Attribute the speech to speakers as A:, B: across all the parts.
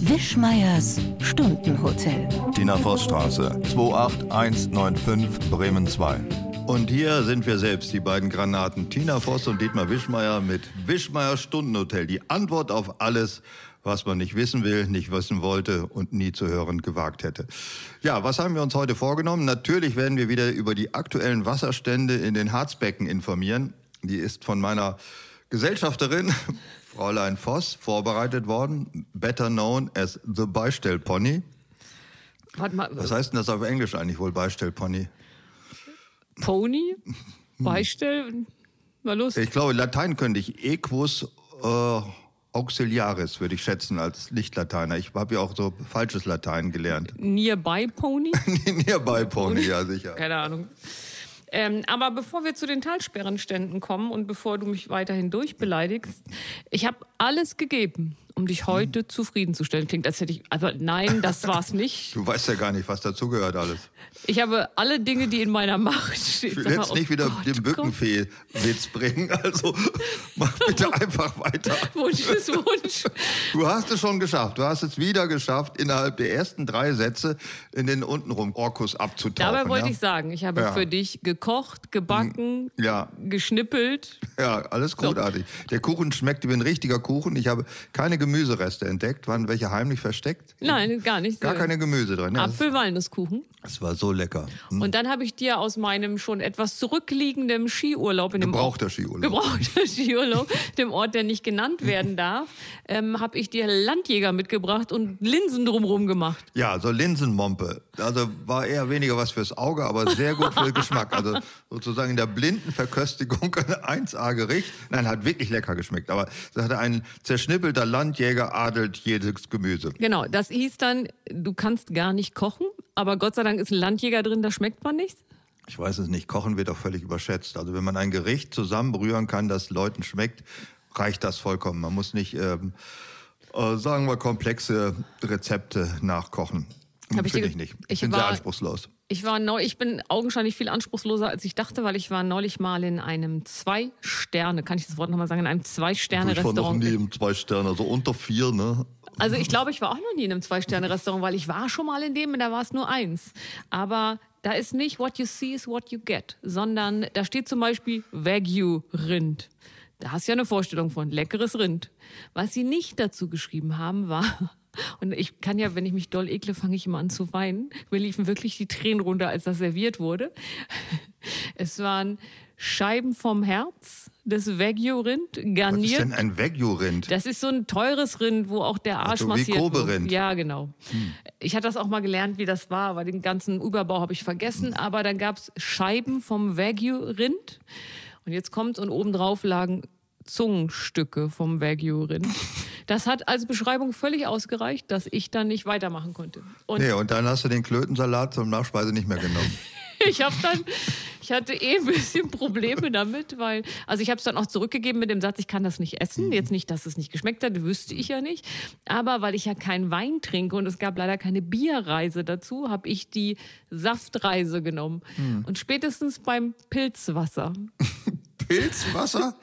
A: Wischmeiers Stundenhotel.
B: Tina Vossstraße 28195 Bremen 2. Und hier sind wir selbst, die beiden Granaten, Tina Voss und Dietmar Wischmeier mit Wischmeier Stundenhotel. Die Antwort auf alles, was man nicht wissen will, nicht wissen wollte und nie zu hören gewagt hätte. Ja, was haben wir uns heute vorgenommen? Natürlich werden wir wieder über die aktuellen Wasserstände in den Harzbecken informieren. Die ist von meiner Gesellschafterin Fräulein Voss vorbereitet worden, better known as the Beistellpony.
C: Warte mal,
B: Was heißt denn das auf Englisch eigentlich wohl Beistellpony?
C: Pony? Beistell? Na los.
B: Hm. Ich glaube, Latein könnte ich equus äh, auxiliaris, würde ich schätzen, als Nicht-Lateiner. Ich habe ja auch so falsches Latein gelernt.
C: Nearby Pony?
B: Nearby Pony, ja sicher.
C: Keine Ahnung. Ähm, aber bevor wir zu den Talsperrenständen kommen und bevor du mich weiterhin durchbeleidigst, ich habe alles gegeben, um
B: Hm.
C: dich heute zufriedenzustellen. Klingt, als hätte ich. Also nein, das war's nicht.
B: Du weißt ja gar nicht, was dazugehört alles.
C: Ich habe alle Dinge, die in meiner Macht stehen.
B: Ich will
C: Sag mal,
B: jetzt nicht
C: oh
B: wieder
C: Gott,
B: den Bückenfee-Witz bringen, also mach bitte einfach weiter.
C: Gott, Wunsch ist Wunsch.
B: Du hast es schon geschafft. Du hast es wieder geschafft, innerhalb der ersten drei Sätze in den untenrum Orkus abzutauchen.
C: Dabei wollte
B: ja?
C: ich sagen, ich habe
B: Ja. Hm.
C: für dich gekocht, gebacken,
B: Ja.
C: geschnippelt.
B: Ja, alles großartig. Der Kuchen schmeckte wie ein richtiger Kuchen. Ich habe keine Gemüsereste entdeckt. Waren welche heimlich versteckt?
C: Nein, gar nicht.
B: Gar keine Gemüse drin. ne? Ja, das-
C: Apfel-Walnusskuchen.
B: Es war so lecker.
C: Und dann habe ich dir aus meinem schon etwas zurückliegenden Skiurlaub in dem
B: Gebrauchter
C: Ort,
B: Skiurlaub.
C: gebrauchter Skiurlaub, dem Ort, der nicht genannt werden darf, ähm, habe ich dir Landjäger mitgebracht und Linsen drumherum gemacht.
B: Ja, so Linsenmompe. Also war eher weniger was fürs Auge, aber sehr gut für den Geschmack. Also sozusagen in der blinden Verköstigung ein 1A-Gericht. Nein, hat wirklich lecker geschmeckt. Aber es hatte ein zerschnippelter Landjäger adelt jedes Gemüse.
C: Genau, das hieß dann, du kannst gar nicht kochen, aber Gott sei Dank ist ein Landjäger drin, da schmeckt man nichts.
B: Ich weiß es nicht, Kochen wird auch völlig überschätzt. Also wenn man ein Gericht zusammenrühren kann, das Leuten schmeckt, reicht das vollkommen. Man muss nicht, ähm, äh, sagen wir, komplexe Rezepte nachkochen.
C: Hab ich
B: Finde
C: dir-
B: ich nicht.
C: ich
B: bin sehr
C: war-
B: anspruchslos.
C: Ich war neu, ich bin augenscheinlich viel anspruchsloser, als ich dachte, weil ich war neulich mal in einem Zwei-Sterne, kann ich das Wort nochmal sagen, in einem
B: Ich war noch
C: Zwei-Sterne-Restaurant.
B: nie im Zwei-Sterne, also unter vier, ne?
C: Also ich glaube, ich war auch noch nie in einem Zwei-Sterne-Restaurant, weil ich war schon mal in dem und da war es nur eins. Aber da ist nicht what you see is what you get, sondern da steht zum Beispiel Wagyu-Rind. Da hast du ja eine Vorstellung von, leckeres Rind. Was sie nicht dazu geschrieben haben, war, und ich kann ja, wenn ich mich doll ekle, fange ich immer an zu weinen. Mir liefen wirklich die Tränen runter, als das serviert wurde. Es waren Scheiben vom Herz des Wagyu-Rind,
B: Was ist
C: garniert
B: denn ein Wagyu-Rind?
C: das ist so ein teures Rind, wo auch der Arsch
B: so Also wie
C: massiert
B: Kobe-Rind. Hm.
C: wird. Ja, genau. Ich hatte das auch mal gelernt, wie das war, aber den ganzen Überbau habe ich
B: Hm.
C: vergessen. Aber dann gab es Scheiben vom Wagyu-Rind. Und jetzt kommt's und obendrauf lagen Zungenstücke vom Wagyu-Rind. Das hat als Beschreibung völlig ausgereicht, dass ich dann nicht weitermachen konnte. Und
B: Nee, und dann hast du den Klötensalat zum Nachspeise nicht mehr genommen.
C: ich habe dann, ich hatte eh ein bisschen Probleme damit, weil, also ich habe es dann auch zurückgegeben mit dem Satz, ich kann das nicht
B: Mhm.
C: essen. Jetzt nicht, dass es nicht geschmeckt hat, wüsste ich ja nicht. Aber weil ich ja keinen Wein trinke und es gab leider keine Bierreise dazu, habe ich die Saftreise genommen.
B: Mhm.
C: Und spätestens beim Pilzwasser
B: Pilzwasser?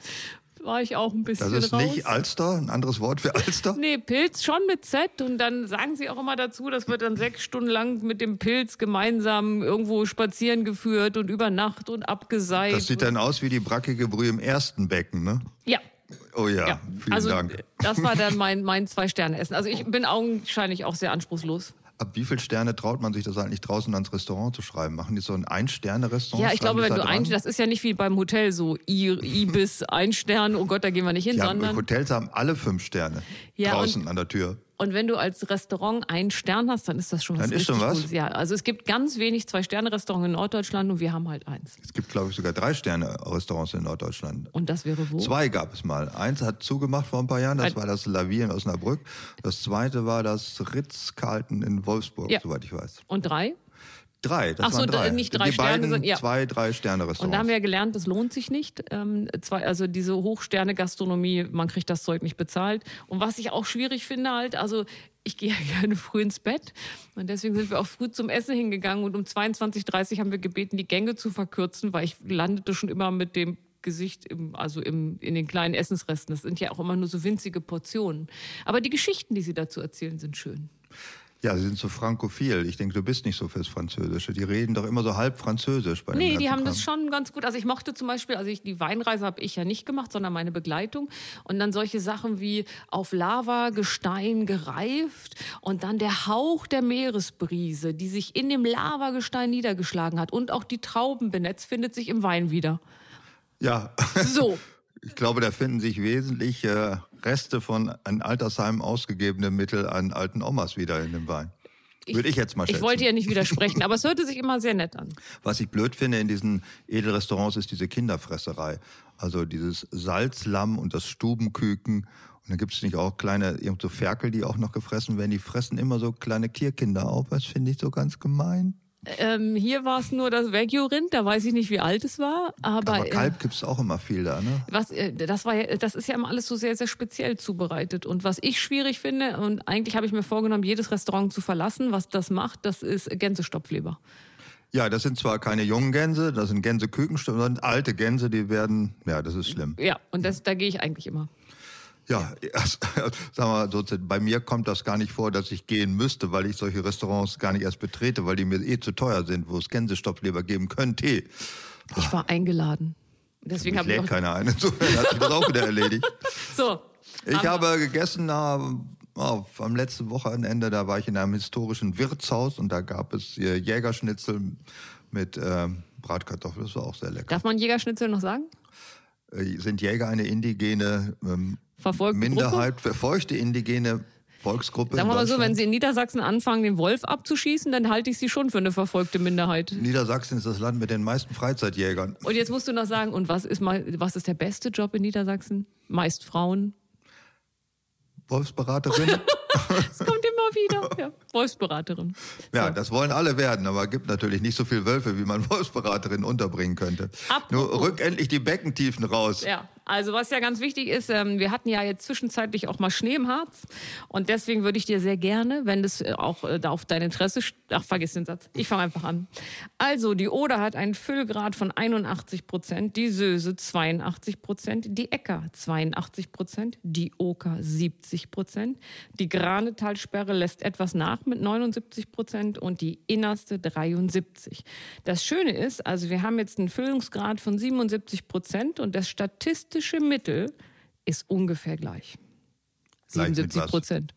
C: war ich auch ein bisschen
B: Das ist
C: raus.
B: nicht Alster, ein anderes Wort für Alster.
C: Nee, Pilz schon mit Z und dann sagen sie auch immer dazu, das wird dann sechs Stunden lang mit dem Pilz gemeinsam irgendwo spazieren geführt und über Nacht und abgeseit.
B: Das sieht dann aus wie die brackige Brühe im ersten Becken, ne?
C: ja,
B: Oh ja,
C: Ja,
B: vielen
C: also
B: Dank.
C: das war dann mein, mein Zwei-Sterne-Essen. Also ich bin augenscheinlich auch sehr anspruchslos.
B: Ab wie viel Sterne traut man sich das eigentlich draußen ans Restaurant zu schreiben? Machen die so ein Ein-Sterne-Restaurant?
C: Ja, ich glaube, wenn
B: Oh, Schreiben die halt
C: du
B: da
C: ein,
B: dran?
C: das ist ja nicht wie beim Hotel so I, Ibis, ein Stern, oh Gott, da gehen wir nicht hin,
B: Die haben,
C: sondern
B: Hotels haben alle fünf Sterne
C: Ja,
B: draußen an der Tür.
C: und wenn du als Restaurant einen Stern hast, dann ist das schon was
B: Dann ist schon
C: richtig
B: was.
C: Cooles. Ja, also es gibt ganz wenig Zwei-Sterne-Restaurants in Norddeutschland und wir haben halt eins.
B: Es gibt, glaube ich, sogar drei Sterne-Restaurants in Norddeutschland.
C: Und das wäre wo?
B: Zwei gab es mal. Eins hat zugemacht vor ein paar Jahren, das
C: Ein-
B: war das Lavier in Osnabrück. Das zweite war das Ritz-Carlton in Wolfsburg,
C: Ja.
B: soweit ich weiß.
C: Und drei?
B: Drei, das
C: Ach so,
B: waren drei.
C: da- nicht drei
B: Die
C: Sterne,
B: beiden
C: sondern- ja.
B: zwei, drei Sterne-Restaurants.
C: Und da haben wir ja gelernt, das lohnt sich nicht. Ähm, zwei, also diese Hochsterne-Gastronomie, man kriegt das Zeug nicht bezahlt. Und was ich auch schwierig finde halt, also ich gehe ja gerne früh ins Bett und deswegen sind wir auch früh zum Essen hingegangen und um 22.30 Uhr haben wir gebeten, die Gänge zu verkürzen, weil ich landete schon immer mit dem Gesicht, im, also im, in den kleinen Essensresten. Das sind ja auch immer nur so winzige Portionen. Aber die Geschichten, die sie dazu erzählen, sind schön.
B: Ja, sie sind so frankophil. Ich denke, du bist nicht so fürs Französische. Die reden doch immer so halb französisch bei dem
C: Nee, die
B: ganzen
C: haben das
B: Kram.
C: schon ganz gut. Also ich mochte zum Beispiel, also ich, die Weinreise habe ich ja nicht gemacht, sondern meine Begleitung. Und dann solche Sachen wie auf Lava, Gestein gereift und dann der Hauch der Meeresbrise, die sich in dem Lavagestein niedergeschlagen hat. Und auch die Traubenbenetz findet sich im Wein wieder.
B: Ja,
C: So.
B: ich glaube, da finden sich wesentlich äh, Reste von an Altersheimen ausgegebene Mittel an alten Omas wieder in dem Wein. Würde ich jetzt mal schätzen.
C: Ich wollte ja nicht widersprechen, aber es hörte sich immer sehr nett an.
B: Was ich blöd finde in diesen Edelrestaurants ist diese Kinderfresserei. Also dieses Salzlamm und das Stubenküken. Und dann gibt es nicht auch kleine, irgend so Ferkel, die auch noch gefressen werden. Die fressen immer so kleine Tierkinder auf. Das finde ich so ganz gemein.
C: Ähm, hier war es nur das Wagyu-Rind, da weiß ich nicht, wie alt es war, aber,
B: Aber
C: äh,
B: Kalb gibt es auch immer viel da, ne?
C: was äh, das war ja, das ist ja immer alles so sehr sehr speziell zubereitet und was ich schwierig finde und eigentlich habe ich mir vorgenommen jedes Restaurant zu verlassen was das macht das ist Gänsestopfleber
B: Ja, das sind zwar keine jungen Gänse, das sind Gänseküken, sondern alte Gänse, die werden, ja, das ist schlimm.
C: ja und das da gehe ich eigentlich immer
B: Ja, erst, sag mal, so, bei mir kommt das gar nicht vor, dass ich gehen müsste, weil ich solche Restaurants gar nicht erst betrete, weil die mir eh zu teuer sind, wo es Gänsestopfleber geben könnte.
C: ich war eingeladen deswegen
B: Mich
C: habe ich
B: lädt
C: auch
B: keiner ein, insofern hat sich das auch wieder erledigt.
C: so
B: Ich
C: Aber-
B: habe gegessen na, oh, am letzten Wochenende, da war ich in einem historischen Wirtshaus und da gab es äh, Jägerschnitzel mit ähm, Bratkartoffeln, das war auch sehr lecker.
C: darf man Jägerschnitzel noch sagen
B: Äh, Sind Jäger eine indigene ähm,
C: Verfolgte
B: Minderheit, verfeuchte indigene Volksgruppe?
C: sagen
B: in
C: wir mal so
B: Deutschland?
C: wenn sie in Niedersachsen anfangen den Wolf abzuschießen dann halte ich sie schon für eine verfolgte Minderheit
B: Niedersachsen ist das Land mit den meisten Freizeitjägern.
C: und jetzt musst du noch sagen und was ist mal was ist der beste Job in Niedersachsen meist Frauen
B: Wolfsberaterin?
C: es kommt immer wieder ja. Wolfsberaterin
B: ja, das wollen alle werden, aber gibt natürlich nicht so viel Wölfe, wie man Wolfsberaterin unterbringen könnte.
C: Apropos-
B: Nur rück endlich die Beckentiefen raus.
C: Ja, also was ja ganz wichtig ist, ähm, wir hatten ja jetzt zwischenzeitlich auch mal Schnee im Harz und deswegen würde ich dir sehr gerne, wenn das äh, auch äh, da auf dein Interesse, st- ach vergiss den Satz, ich fange einfach an. Also die Oder hat einen Füllgrad von 81 Prozent, die Söse 82 Prozent, die Äcker 82 Prozent, die Oker 70 Prozent, die Granetalsperre lässt etwas nach mit 79 Prozent und die innerste 73. Das Schöne ist, also wir haben jetzt einen Füllungsgrad von 77 Prozent und das statistische Mittel ist ungefähr gleich.
B: Gleich mit
C: 77
B: was?
C: Prozent.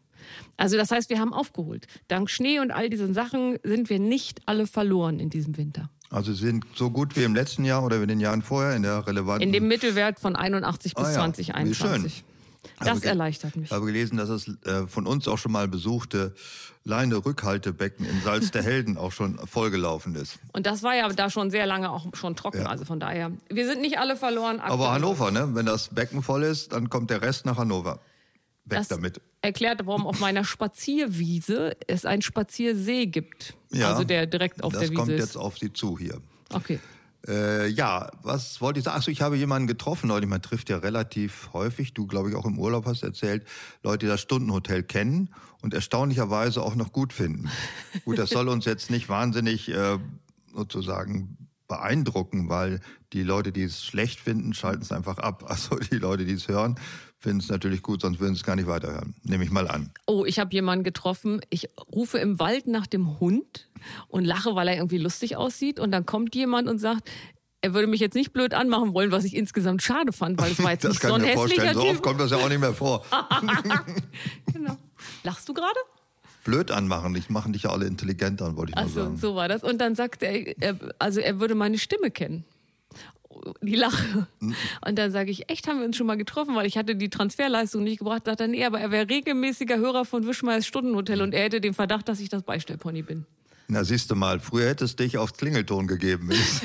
C: Also das heißt, wir haben aufgeholt. Dank Schnee und all diesen Sachen sind wir nicht alle verloren in diesem Winter.
B: Also sie sind so gut wie im letzten Jahr oder in den Jahren vorher in der relevanten.
C: In dem Mittelwert von 81 bis
B: Mhm. Ah ja, wie
C: 2021. Das
B: Habe ge-
C: erleichtert mich.
B: Ich habe gelesen, dass das äh, von uns auch schon mal besuchte Leine-Rückhaltebecken im Salz der Helden auch schon vollgelaufen ist.
C: Und das war ja da schon sehr lange auch schon trocken. Also von daher, wir sind nicht alle verloren.
B: Aber
C: Aktuell-
B: Hannover, ne? wenn das Becken voll ist, dann kommt der Rest nach Hannover. Weg
C: Das
B: damit.
C: erklärt, warum auf meiner Spazierwiese es einen Spaziersee gibt.
B: Ja,
C: also der direkt auf
B: das
C: der
B: kommt
C: Wiese
B: jetzt
C: ist.
B: auf Sie zu hier.
C: Okay.
B: Äh, ja, was wollte ich sagen? Achso, ich habe jemanden getroffen neulich. Man trifft ja relativ häufig, du glaube ich auch im Urlaub hast erzählt, Leute, die das Stundenhotel kennen und erstaunlicherweise auch noch gut finden. gut, das soll uns jetzt nicht wahnsinnig äh, sozusagen beeindrucken, weil die Leute, die es schlecht finden, schalten es einfach ab. Also die Leute, die es hören, finden es natürlich gut, sonst würden sie es gar nicht weiterhören. Nehme ich mal an.
C: Oh, ich habe jemanden getroffen. Ich rufe im Wald nach dem Hund und lache, weil er irgendwie lustig aussieht. Und dann kommt jemand und sagt, er würde mich jetzt nicht blöd anmachen wollen, was ich insgesamt schade fand, weil es war jetzt
B: Das
C: nicht so
B: kann
C: ein
B: ich mir
C: hässlicher
B: vorstellen. So oft
C: Typ. Ah.
B: kommt das ja auch nicht mehr vor.
C: Genau. Lachst du gerade?
B: Blöd anmachen, ich mache dich ja alle intelligent an, wollte ich mal
C: Also
B: sagen.
C: so war das. Und dann sagt er, er, also er würde meine Stimme kennen. Die Lache.
B: Hm.
C: Und dann sage ich, echt, haben wir uns schon mal getroffen, weil ich hatte die Transferleistung nicht gebracht. Sagt er, nee, aber er wäre regelmäßiger Hörer von Wischmeyers Stundenhotel und er hätte den Verdacht, dass ich das Beistellpony bin.
B: Na, siehst du mal, früher hättest du dich aufs Klingelton gegeben, wenn's-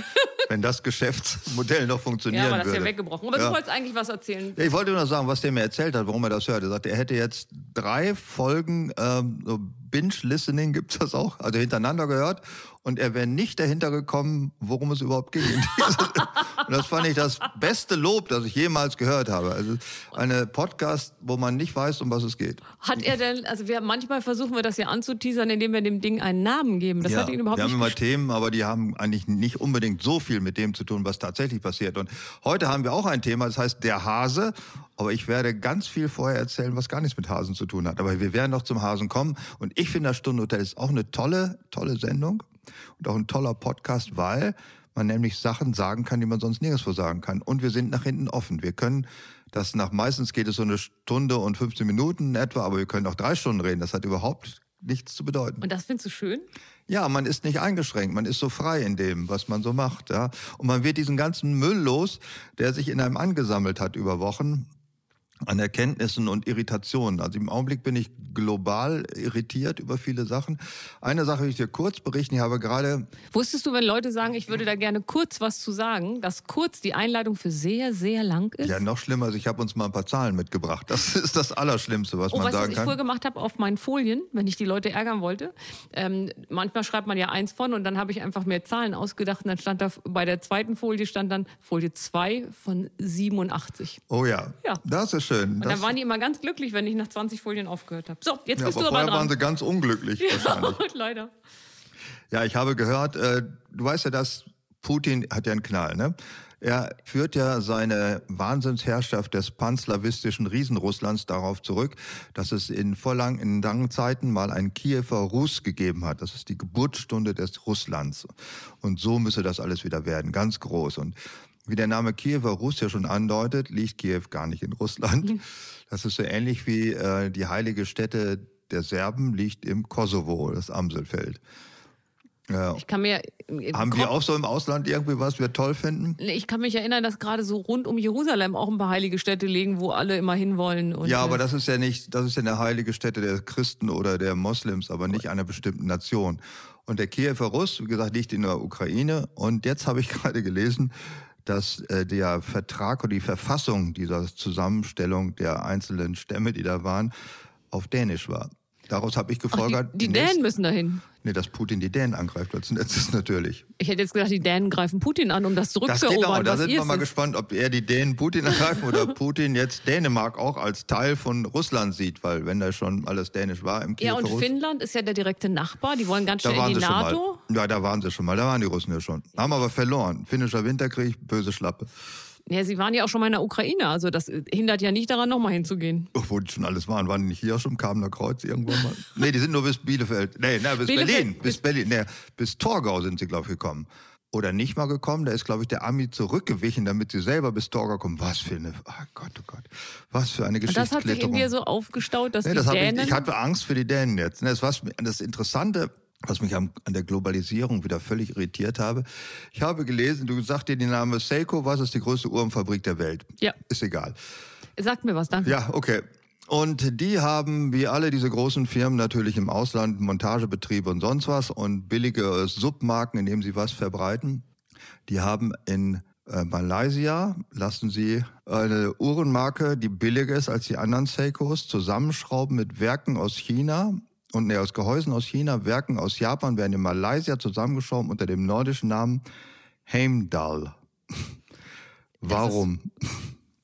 B: wenn das Geschäftsmodell noch
C: Ja,
B: funktionieren
C: aber das ist
B: würde.
C: ja weggebrochen. Aber
B: Ja.
C: du wolltest eigentlich was erzählen.
B: Ich wollte nur noch sagen, was der mir erzählt hat, warum er das hört. Er sagte, er hätte jetzt drei Folgen ähm, so Binge-Listening gibt's das auch, also hintereinander gehört. Und er wäre nicht dahinter gekommen, worum es überhaupt ging. in diesem- und das fand ich das beste Lob, das ich jemals gehört habe. Also eine Podcast, wo man nicht weiß, um was es geht.
C: Hat er denn, also wir manchmal versuchen wir das ja anzuteasern, indem wir dem Ding einen Namen geben. Das
B: ja,
C: hat ihn überhaupt
B: wir haben
C: nicht
B: immer Themen, aber die haben eigentlich nicht unbedingt so viel mit dem zu tun, was tatsächlich passiert. Und heute haben wir auch ein Thema, das heißt der Hase. Aber ich werde ganz viel vorher erzählen, was gar nichts mit Hasen zu tun hat. Aber wir werden noch zum Hasen kommen. Und ich finde, das Stundenhotel ist auch eine tolle, tolle Sendung und auch ein toller Podcast, weil man nämlich Sachen sagen kann, die man sonst nirgendwo sagen kann. Und wir sind nach hinten offen. Wir können das nach meistens geht es so eine Stunde und 15 Minuten in etwa, aber wir können auch drei Stunden reden. Das hat überhaupt nichts zu bedeuten.
C: Und das findest du schön?
B: Ja, man ist nicht eingeschränkt, man ist so frei in dem, was man so macht. Ja? Und man wird diesen ganzen Müll los, der sich in einem angesammelt hat über Wochen an Erkenntnissen und Irritationen. Also im Augenblick bin ich global irritiert über viele Sachen. Eine Sache will ich dir kurz berichten. Ich habe gerade
C: Wusstest du, wenn Leute sagen, ich würde da gerne kurz was zu sagen, dass kurz die Einleitung für sehr, sehr lang ist?
B: ja noch schlimmer, also ich habe uns mal ein paar Zahlen mitgebracht. Das ist das Allerschlimmste, was
C: Oh,
B: man
C: weißt du, was
B: sagen
C: ich
B: kann.
C: früher gemacht habe auf meinen Folien, wenn ich die Leute ärgern wollte? Ähm, manchmal schreibt man ja eins von und dann habe ich einfach mehr Zahlen ausgedacht und dann stand da bei der zweiten Folie stand dann Folie 2 von 87.
B: Oh ja.
C: Ja.
B: das ist schön.
C: Und
B: Das,
C: dann waren die immer ganz glücklich, wenn ich nach 20 Folien aufgehört habe. So, jetzt
B: ja,
C: bist
B: aber
C: du aber
B: vorher waren
C: dran.
B: sie ganz unglücklich wahrscheinlich.
C: Leider.
B: Ja, ich habe gehört, äh, du weißt ja, dass Putin hat ja einen Knall, ne? Er führt ja seine Wahnsinnsherrschaft des panslawistischen Riesenrusslands darauf zurück, dass es in vor lang, in langen Zeiten mal einen Kiewer Russ gegeben hat. Das ist die Geburtsstunde des Russlands. Und so müsse das alles wieder werden, ganz groß. Und wie der Name Kiewer Russ ja schon andeutet, liegt Kiew gar nicht in Russland. Das ist so ähnlich wie äh, die heilige Stätte der Serben liegt im Kosovo, das Amselfeld. Ja.
C: Ich kann mir im
B: Haben wir
C: Kopf-
B: auch so im Ausland irgendwie was wir toll finden?
C: Nee, Ich kann mich erinnern, dass gerade so rund um Jerusalem auch ein paar heilige Städte liegen, wo alle immer hinwollen. Und
B: Ja,
C: äh,
B: aber das ist ja nicht, das ist ja eine heilige Stätte der Christen oder der Moslems, aber nicht einer bestimmten Nation. Und der Kiewer Russ, wie gesagt, liegt in der Ukraine. Und jetzt habe ich gerade gelesen, dass äh, der Vertrag oder die Verfassung dieser Zusammenstellung der einzelnen Stämme, die da waren, auf Dänisch war. Daraus habe ich
C: die,
B: gefolgert,
C: die
B: nächsten-
C: Dänen müssen dahin.
B: nee, dass Putin die Dänen angreift als letztes natürlich.
C: Ich hätte jetzt gedacht, die Dänen greifen Putin an, um das
B: Das geht auch.
C: zurückzuerobern,
B: Da
C: was
B: sind
C: ihr
B: wir mal
C: es ist.
B: gespannt, ob er die Dänen Putin ergreifen oder Putin jetzt Dänemark auch als Teil von Russland sieht, weil wenn da schon alles dänisch war im Kiewer
C: Ja, und
B: Russ,
C: Finnland ist ja der direkte Nachbar. Die wollen ganz
B: da
C: schnell
B: waren
C: in die
B: sie schon
C: NATO.
B: mal. Ja, da waren sie schon mal. Da waren die Russen ja schon. Haben aber verloren. Finnischer Winterkrieg, böse Schlappe.
C: Ja, sie waren ja auch schon mal in der Ukraine. Also das hindert ja nicht daran, nochmal hinzugehen.
B: Obwohl die schon alles waren. Waren die nicht hier schon? Kamen da Kreuz irgendwann mal? nee, die sind nur bis Bielefeld. Nee, na, bis
C: Bielefeld.
B: Berlin. Bis Berlin. Nee, bis Torgau sind sie, glaube ich, gekommen. Oder nicht mal gekommen. Da ist, glaube ich, der Ami zurückgewichen, damit sie selber bis Torgau kommen. Was für eine, ah Gott, oh Gott. Was für eine
C: Und
B: Geschichte.
C: das hat sich in mir so aufgestaut, dass
B: Nee,
C: die
B: das hab ich,
C: Dänen...
B: ich hatte Angst für die Dänen jetzt. Ne, Das, was, das Interessante, was mich am, an der Globalisierung wieder völlig irritiert habe, ich habe gelesen, du sagst dir den Namen Seiko, was ist die größte Uhrenfabrik der Welt?
C: Ja.
B: Ist egal.
C: Sagt mir was, danke.
B: Ja, okay. Und die haben, wie alle diese großen Firmen, natürlich im Ausland Montagebetriebe und sonst was und billige äh, Submarken, in denen sie was verbreiten. Die haben in äh, Malaysia, lassen sie eine Uhrenmarke, die billiger ist als die anderen Seikos, zusammenschrauben mit Werken aus China und nee, aus Gehäusen aus China, Werken aus Japan, werden in Malaysia zusammengeschraubt unter dem nordischen Namen Heimdall. Warum?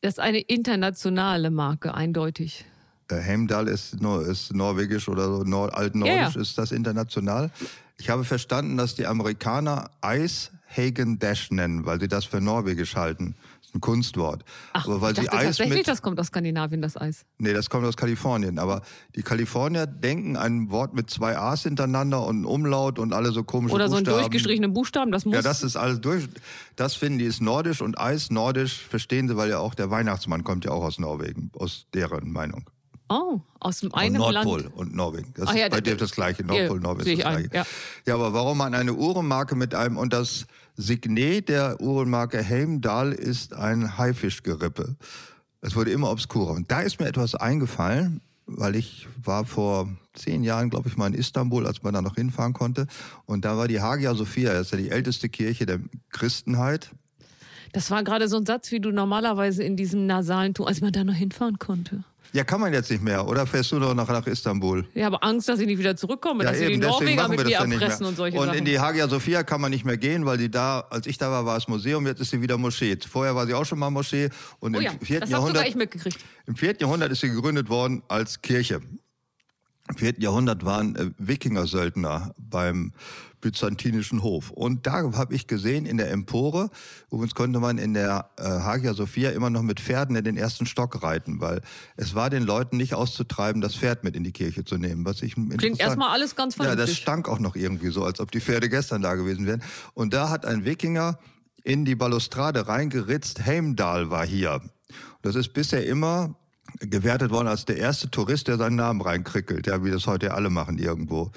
C: Das ist eine internationale Marke, eindeutig.
B: Äh, Heimdall ist, nor ist norwegisch oder so, nor
C: Ja,
B: altnordisch
C: ja.
B: ist das international. Ich habe verstanden, dass die Amerikaner Eis Hagen Dash nennen, weil sie das für norwegisch halten. Das ist ein Kunstwort.
C: Ach,
B: aber weil
C: ich dachte
B: sie Eis
C: tatsächlich,
B: mit,
C: das kommt aus Skandinavien, das Eis.
B: nee, das kommt aus Kalifornien, aber die Kalifornier denken ein Wort mit zwei A's hintereinander und Umlaut und alle so komische
C: Oder so einen
B: Buchstaben.
C: durchgestrichenen Buchstaben, das muss...
B: Ja, das ist alles durch. Das finden die ist nordisch und Eis nordisch verstehen sie, weil ja auch der Weihnachtsmann kommt ja auch aus Norwegen, aus deren Meinung.
C: oh, aus dem einen
B: und
C: Land.
B: Nordpol und Norwegen. Das
C: Ach
B: ist
C: ja,
B: bei
C: da-
B: dir das gleiche.
C: ja,
B: Nordpol, Norwegen
C: sehe
B: ist
C: ich
B: das
C: ein,
B: gleiche.
C: ja.
B: ja, aber warum man eine Uhrenmarke mit einem und das Signet der Uhrenmarke Heimdall ist ein Haifischgerippe. Es wurde immer obskurer. Und da ist mir etwas eingefallen, weil ich war vor zehn Jahren, glaube ich, mal in Istanbul, als man da noch hinfahren konnte. Und da war die Hagia Sophia, das ist ja die älteste Kirche der Christenheit.
C: Das war gerade so ein Satz, wie du normalerweise in diesem nasalen Ton, als man da noch hinfahren konnte.
B: Ja, kann man jetzt nicht mehr, oder? Fährst du doch nach, nach Istanbul?
C: Ich habe Angst, dass ich nicht wieder zurückkomme, dass sie die Norweger mit mir erpressen und solche
B: und
C: Sachen.
B: in die Hagia Sophia kann man nicht mehr gehen, weil die da, als ich da war, war es Museum, jetzt ist sie wieder Moschee. Vorher war sie auch schon mal Moschee. Und
C: oh ja,
B: im,
C: das
B: vierten
C: hast sogar
B: Jahrhundert,
C: ich mitgekriegt.
B: im vierten Jahrhundert ist sie gegründet worden als Kirche. Im vierten Jahrhundert waren äh, Wikinger-Söldner beim byzantinischen Hof. Und da habe ich gesehen, in der Empore, übrigens konnte man in der äh, Hagia Sophia immer noch mit Pferden in den ersten Stock reiten, weil es war den Leuten nicht auszutreiben, das Pferd mit in die Kirche zu nehmen. Was ich interessant-
C: erstmal alles ganz
B: Ja, das
C: vernünftig.
B: stank auch noch irgendwie so, als ob die Pferde gestern da gewesen wären. Und da hat ein Wikinger in die Balustrade reingeritzt, Heimdall war hier. Das ist bisher immer gewertet worden als der erste Tourist, der seinen Namen reinkrickelt, ja, wie das heute alle machen irgendwo.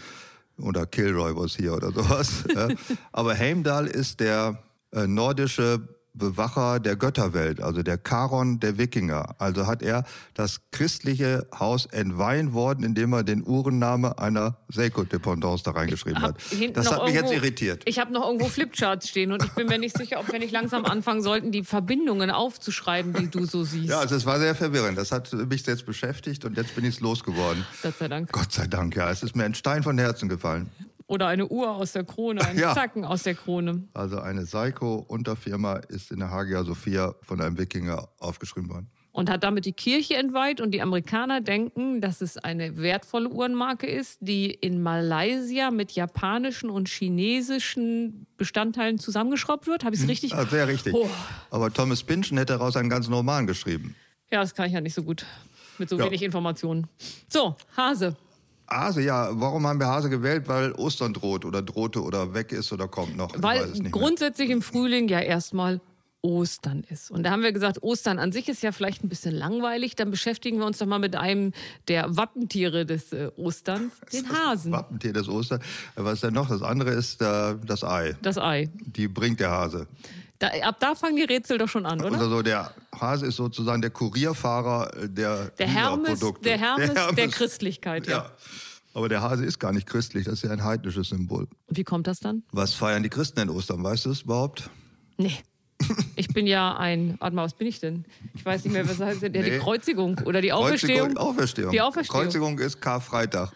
B: Oder Kilroy was hier oder sowas. ja. Aber Heimdall ist der äh, nordische Bewacher der Götterwelt, also der Charon der Wikinger. Also hat er das christliche Haus entweihen worden, indem er den Uhrenname einer Seiko-Dependance da reingeschrieben hat.
C: Hab hinten
B: Das
C: noch
B: hat mich jetzt
C: irgendwo-
B: irritiert.
C: Ich habe noch irgendwo Flipcharts stehen und ich bin mir nicht sicher, ob wir nicht langsam anfangen sollten, die Verbindungen aufzuschreiben, die du so siehst.
B: Ja, also es war sehr verwirrend. Das hat mich jetzt beschäftigt und jetzt bin ich es losgeworden.
C: Gott sei Dank.
B: Gott sei Dank, ja. Es ist mir ein Stein von Herzen gefallen.
C: Oder eine Uhr aus der Krone, ein
B: Ja.
C: Zacken aus der Krone.
B: Also eine Seiko-Unterfirma ist in der Hagia Sophia von einem Wikinger aufgeschrieben worden.
C: und hat damit die Kirche entweiht. Und die Amerikaner denken, dass es eine wertvolle Uhrenmarke ist, die in Malaysia mit japanischen und chinesischen Bestandteilen zusammengeschraubt wird. Habe ich es richtig?
B: Ah, sehr richtig.
C: Oh.
B: Aber Thomas Pynchon hätte daraus einen ganzen Roman geschrieben.
C: Ja, das kann ich ja nicht so gut mit so
B: Ja.
C: wenig Informationen. So, Hase.
B: Hase, ja. Warum haben wir Hase gewählt? Weil Ostern droht oder drohte oder weg ist oder kommt noch. Ich
C: Weil
B: weiß es nicht mehr.
C: grundsätzlich im Frühling ja erstmal Ostern ist. Und da haben wir gesagt, Ostern an sich ist ja vielleicht ein bisschen langweilig. Dann beschäftigen wir uns doch mal mit einem der Wappentiere des äh, Osterns, den Hasen.
B: Wappentier des Ostern. Was ist denn noch? Das andere ist äh, das Ei.
C: Das Ei.
B: Die bringt der Hase.
C: Da, ab da fangen die Rätsel doch schon an, oder?
B: Oder so, der Hase ist sozusagen der Kurierfahrer äh, der,
C: Der Hermes,
B: Produkte.
C: der Hermes der, Christlichkeit, ja.
B: Ja. Aber der Hase ist gar nicht christlich, das ist ja ein heidnisches Symbol.
C: Und Wie kommt das dann?
B: Was feiern die Christen in Ostern? Weißt du es überhaupt?
C: Nee. Ich bin ja ein, warte mal, was bin ich denn? Ich weiß nicht mehr, was heißt denn? Ja,
B: Nee.
C: die Kreuzigung oder die Auferstehung.
B: Kreuzigung- Auferstehung.
C: Die Auferstehung.
B: Kreuzigung ist Karfreitag.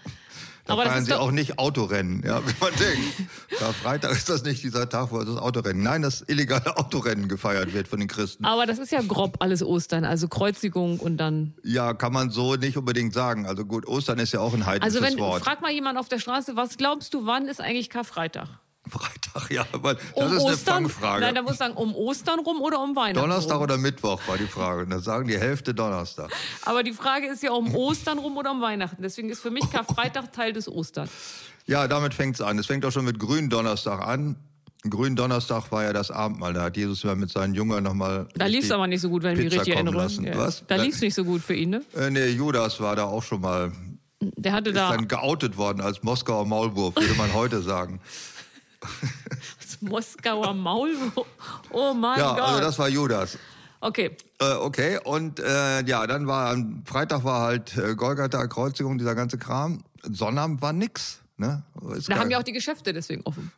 B: Da
C: Aber das
B: feiern
C: ist
B: sie
C: doch-
B: auch nicht Autorennen, ja, wie man denkt. Karfreitag ist das nicht dieser Tag, wo das Autorennen, nein, das illegale Autorennen gefeiert wird von den Christen.
C: Aber das ist ja grob alles Ostern, also Kreuzigung und dann.
B: Ja, kann man so nicht unbedingt sagen. Also gut, Ostern ist ja auch ein heidnisches
C: Also wenn,
B: Wort.
C: frag mal jemand auf der Straße, was glaubst du, wann ist eigentlich Karfreitag?
B: Freitag, ja, aber das
C: Um
B: ist
C: Ostern?
B: eine Fangfrage.
C: Nein, da muss man sagen, um Ostern rum oder um Weihnachten
B: Donnerstag
C: rum.
B: oder Mittwoch war die Frage. Und dann sagen die Hälfte Donnerstag.
C: Aber die Frage ist ja um Ostern rum oder um Weihnachten. Deswegen ist für mich Karfreitag Teil des Ostern.
B: Ja, damit fängt's an. Es fängt auch schon mit Gründonnerstag an. Gründonnerstag war ja das Abendmahl. Da hat Jesus ja mit seinen Jüngern nochmal.
C: Da lief es aber nicht so gut, wenn ich mich
B: Pizza
C: richtig
B: kommen
C: erinnere.
B: lassen.
C: Ja.
B: Was?
C: Da
B: Nein.
C: lief es nicht so gut für ihn, ne?
B: Äh, nee, Judas war da auch schon mal.
C: Der hatte
B: Ist
C: da
B: dann geoutet worden als Moskauer Maulwurf, würde man heute sagen.
C: das Moskauer Maul. Oh mein
B: Ja,
C: Gott.
B: also das war Judas.
C: okay,
B: Äh, okay, und äh, ja, dann war am Freitag war halt äh, Golgatha, Kreuzigung, dieser ganze Kram. Sonnabend war nix. Ne? Ist
C: da
B: gar-
C: haben ja auch die Geschäfte deswegen offen.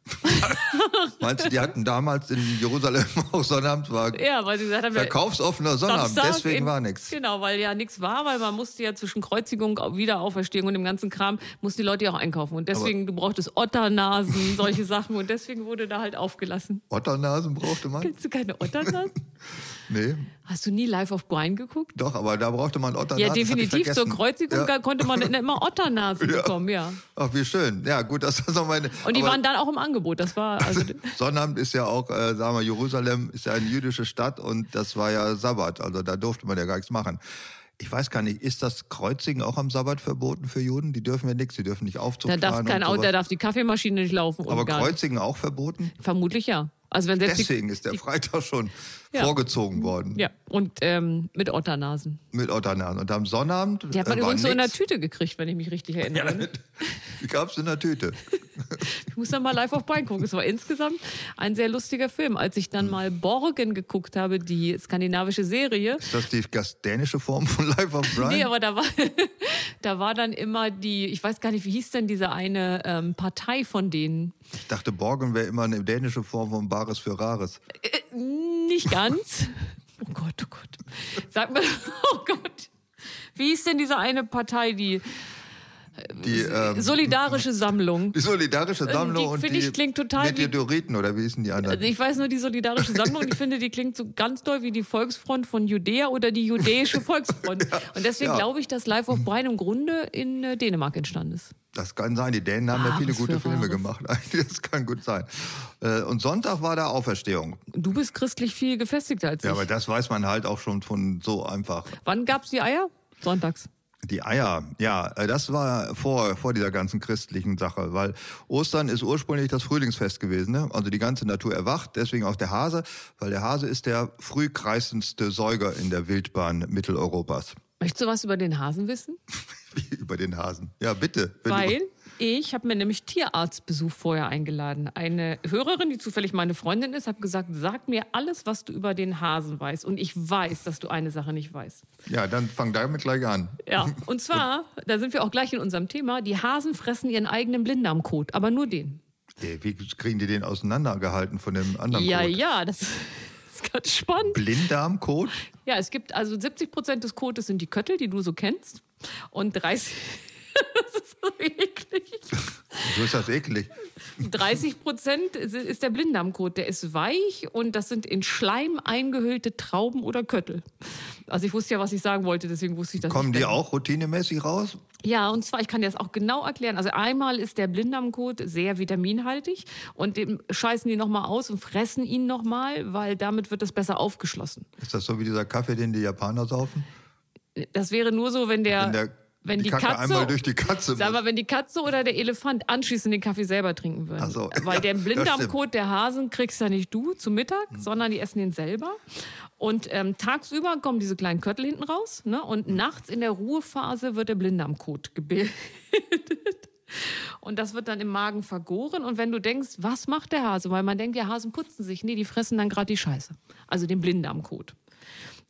B: Meinst du, die hatten damals in Jerusalem auch Sonnabend? War
C: Ja, weil sie gesagt haben, wir-
B: verkaufsoffener Sonnabend,
C: Samstag
B: deswegen
C: in-
B: war nix.
C: Genau, weil ja nichts war, weil man musste ja zwischen Kreuzigung, Wiederauferstehung und dem ganzen Kram, mussten die Leute ja auch einkaufen. Und deswegen, du brauchtest Otternasen, solche Sachen. Und deswegen wurde da halt aufgelassen.
B: Otternasen brauchte man?
C: Kennst du keine Otternasen?
B: Nee,
C: Hast du nie live auf Brian geguckt?
B: doch, aber da brauchte man Otternasen.
C: Ja,
B: das hatte ich
C: definitiv. Zur
B: vergessen.
C: Kreuzigung
B: Ja.
C: konnte man immer Otternasen bekommen, ja.
B: Ach, wie schön. Ja, gut, dass das noch meine.
C: Und die
B: aber
C: waren dann auch im Angebot. Das war also
B: Sonnabend ist ja auch, äh, sagen wir, Jerusalem ist ja eine jüdische Stadt und das war ja Sabbat, also da durfte man ja gar nichts machen. Ich weiß gar nicht, ist das Kreuzigen auch am Sabbat verboten für Juden? Die dürfen ja nichts, die dürfen nicht Aufzug
C: da
B: fahren
C: darf
B: und
C: kein Auto,
B: sowas.
C: da darf die Kaffeemaschine nicht laufen. und
B: Aber
C: gar nicht.
B: Kreuzigen auch verboten?
C: Vermutlich ja. Also wenn selbst
B: Deswegen ist der Freitag schon
C: Ja.
B: vorgezogen worden
C: die, ja und ähm, mit Otternasen.
B: mit Otternasen. Und am Sonnabend
C: Die hat man
B: äh, war
C: übrigens so in der
B: nix.
C: Tüte gekriegt, wenn ich mich richtig erinnere. ne?
B: Die gab es in der Tüte.
C: Ich muss dann mal live auf Brian gucken. Es war insgesamt ein sehr lustiger Film. Als ich
B: Hm.
C: dann mal Borgen geguckt habe, die skandinavische Serie,
B: Ist das die gastänische Form von Life of Brian?
C: Nee, aber da war, da war dann immer die, ich weiß gar nicht, wie hieß denn diese eine ähm, Partei von denen?
B: ich dachte, Borgen wäre immer eine dänische Form von Bares für Rares.
C: Nee, nicht ganz. Oh Gott, oh Gott. Sag mal, oh Gott. Wie ist denn diese eine Partei, die
B: Die, ähm,
C: solidarische Sammlung?
B: die solidarische Sammlung und
C: Äh, finde
B: die
C: ich, klingt total wie-
B: Meteoriten oder wie ist denn die anderen?
C: Also ich weiß nur die solidarische Sammlung und ich finde, die klingt so ganz doll wie die Volksfront von Judäa oder die judäische Volksfront. Und deswegen
B: ja.
C: glaube ich, dass Life of Brian im Grunde in äh, Dänemark entstanden ist.
B: Das kann sein. Die Dänen haben ja
C: Wahres
B: viele gute
C: für
B: Filme
C: Wahres.
B: gemacht. Das kann gut sein. Äh, Und Sonntag war da Auferstehung.
C: Du bist christlich viel gefestigter als
B: Ja,
C: ich.
B: aber das weiß man halt auch schon von so einfach.
C: Wann gab es die Eier? Sonntags.
B: Die Eier, ja, äh, das war vor, vor dieser ganzen christlichen Sache, weil Ostern ist ursprünglich das Frühlingsfest gewesen, ne? also die ganze Natur erwacht, deswegen auch der Hase, weil der Hase ist der früh kreisendste Säuger in der Wildbahn Mitteleuropas.
C: Möchtest du was über den Hasen wissen?
B: Wie über den Hasen. Ja, bitte. Wenn du-
C: Weil ich habe mir nämlich Tierarztbesuch vorher eingeladen. Eine Hörerin, die zufällig meine Freundin ist, hat gesagt, sag mir alles, was du über den Hasen weißt. Und ich weiß, dass du eine Sache nicht weißt.
B: Ja, dann fang damit gleich an.
C: Ja, und zwar, da sind wir auch gleich in unserem Thema, die Hasen fressen ihren eigenen Blinddarmkot, aber nur den.
B: Ey, Äh, Wie kriegen die den auseinandergehalten von dem anderen
C: ja,
B: Kot?
C: ja, das ist ganz spannend.
B: Blinddarmkot?
C: Ja, es gibt also 70 Prozent des Kotes sind die Köttel, die du so kennst. Und 30, das ist so eklig.
B: So ist das eklig.
C: 30 Prozent ist der Blinddarmkot. Der ist weich und das sind in Schleim eingehüllte Trauben oder Köttel. Also ich wusste ja, was ich sagen wollte, deswegen wusste ich das
B: Kommen
C: nicht.
B: die auch routinemäßig raus?
C: Ja, und zwar, ich kann dir das auch genau erklären. Also einmal ist der Blinddarmkot sehr vitaminhaltig und dem scheißen die nochmal aus und fressen ihn nochmal, weil damit wird das besser aufgeschlossen.
B: Ist das so wie dieser Kaffee, den die Japaner saufen?
C: Das wäre nur so, wenn der,
B: Wenn, der,
C: wenn die,
B: Kacke
C: Katze,
B: einmal durch die Katze
C: sag mal, wenn die Katze oder der Elefant anschließend den Kaffee selber trinken würden.
B: Ach so,
C: Weil
B: ja,
C: den
B: das Hm.
C: Blinddarmkot der Hasen kriegst ja nicht du zu Mittag, sondern die essen den selber. Und ähm, tagsüber kommen diese kleinen Köttel hinten raus ne? und
B: Hm.
C: nachts in der Ruhephase wird der Blinddarmkot gebildet. Und das wird dann im Magen vergoren. Und wenn du denkst, was macht der Hase? Weil man denkt, ja, Hasen putzen sich. Nee, die fressen dann gerade die Scheiße. Also den Blinddarmkot.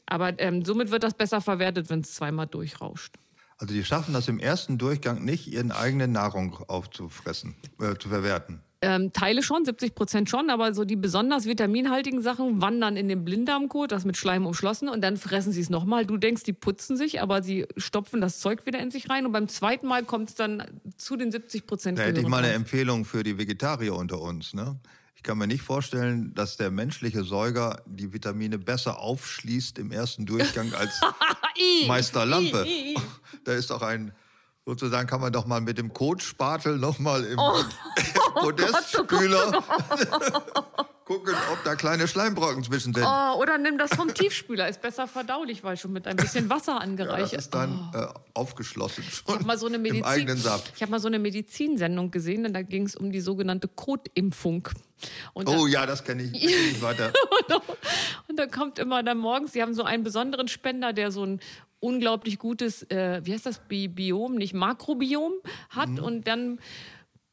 C: Aber ähm, somit wird das besser verwertet, wenn es zweimal durchrauscht.
B: Also die schaffen das im ersten Durchgang nicht, ihren eigenen Nahrung aufzufressen, äh, zu verwerten.
C: Ähm, Teile schon, 70 Prozent schon, aber so die besonders vitaminhaltigen Sachen wandern in den Blinddarmkot, das mit Schleim umschlossen, und dann fressen sie es nochmal. Du denkst, die putzen sich, aber sie stopfen das Zeug wieder in sich rein und beim zweiten Mal kommt es dann zu den 70 Prozent.
B: Da hätte ich mal eine Empfehlung für die Vegetarier unter uns. Ne? Ich kann mir nicht vorstellen, dass der menschliche Säuger die Vitamine besser aufschließt im ersten Durchgang als Meister Lampe. Da ist doch ein, sozusagen kann man doch mal mit dem Kotspatel nochmal im
C: Oh.
B: Podestspüler gucken, ob da kleine Schleimbrocken zwischen sind.
C: Oh, oder nimm das vom Tiefspüler, ist besser verdaulich, weil schon mit ein bisschen Wasser
B: Ja, das
C: angereichert.
B: ist dann äh, aufgeschlossen schon
C: Ich habe oh. mal so eine
B: im
C: Medizin.
B: eigenen Saft.
C: Ich habe mal so eine Medizinsendung gesehen, und da ging es um die sogenannte Kotimpfung. Und da-
B: Oh ja, das kenne ich, kenn ich weiter.
C: Und dann kommt immer dann morgens, sie haben so einen besonderen Spender, der so ein unglaublich gutes, äh, wie heißt das, Bi Biom, nicht Makrobiom hat
B: Mhm.
C: und dann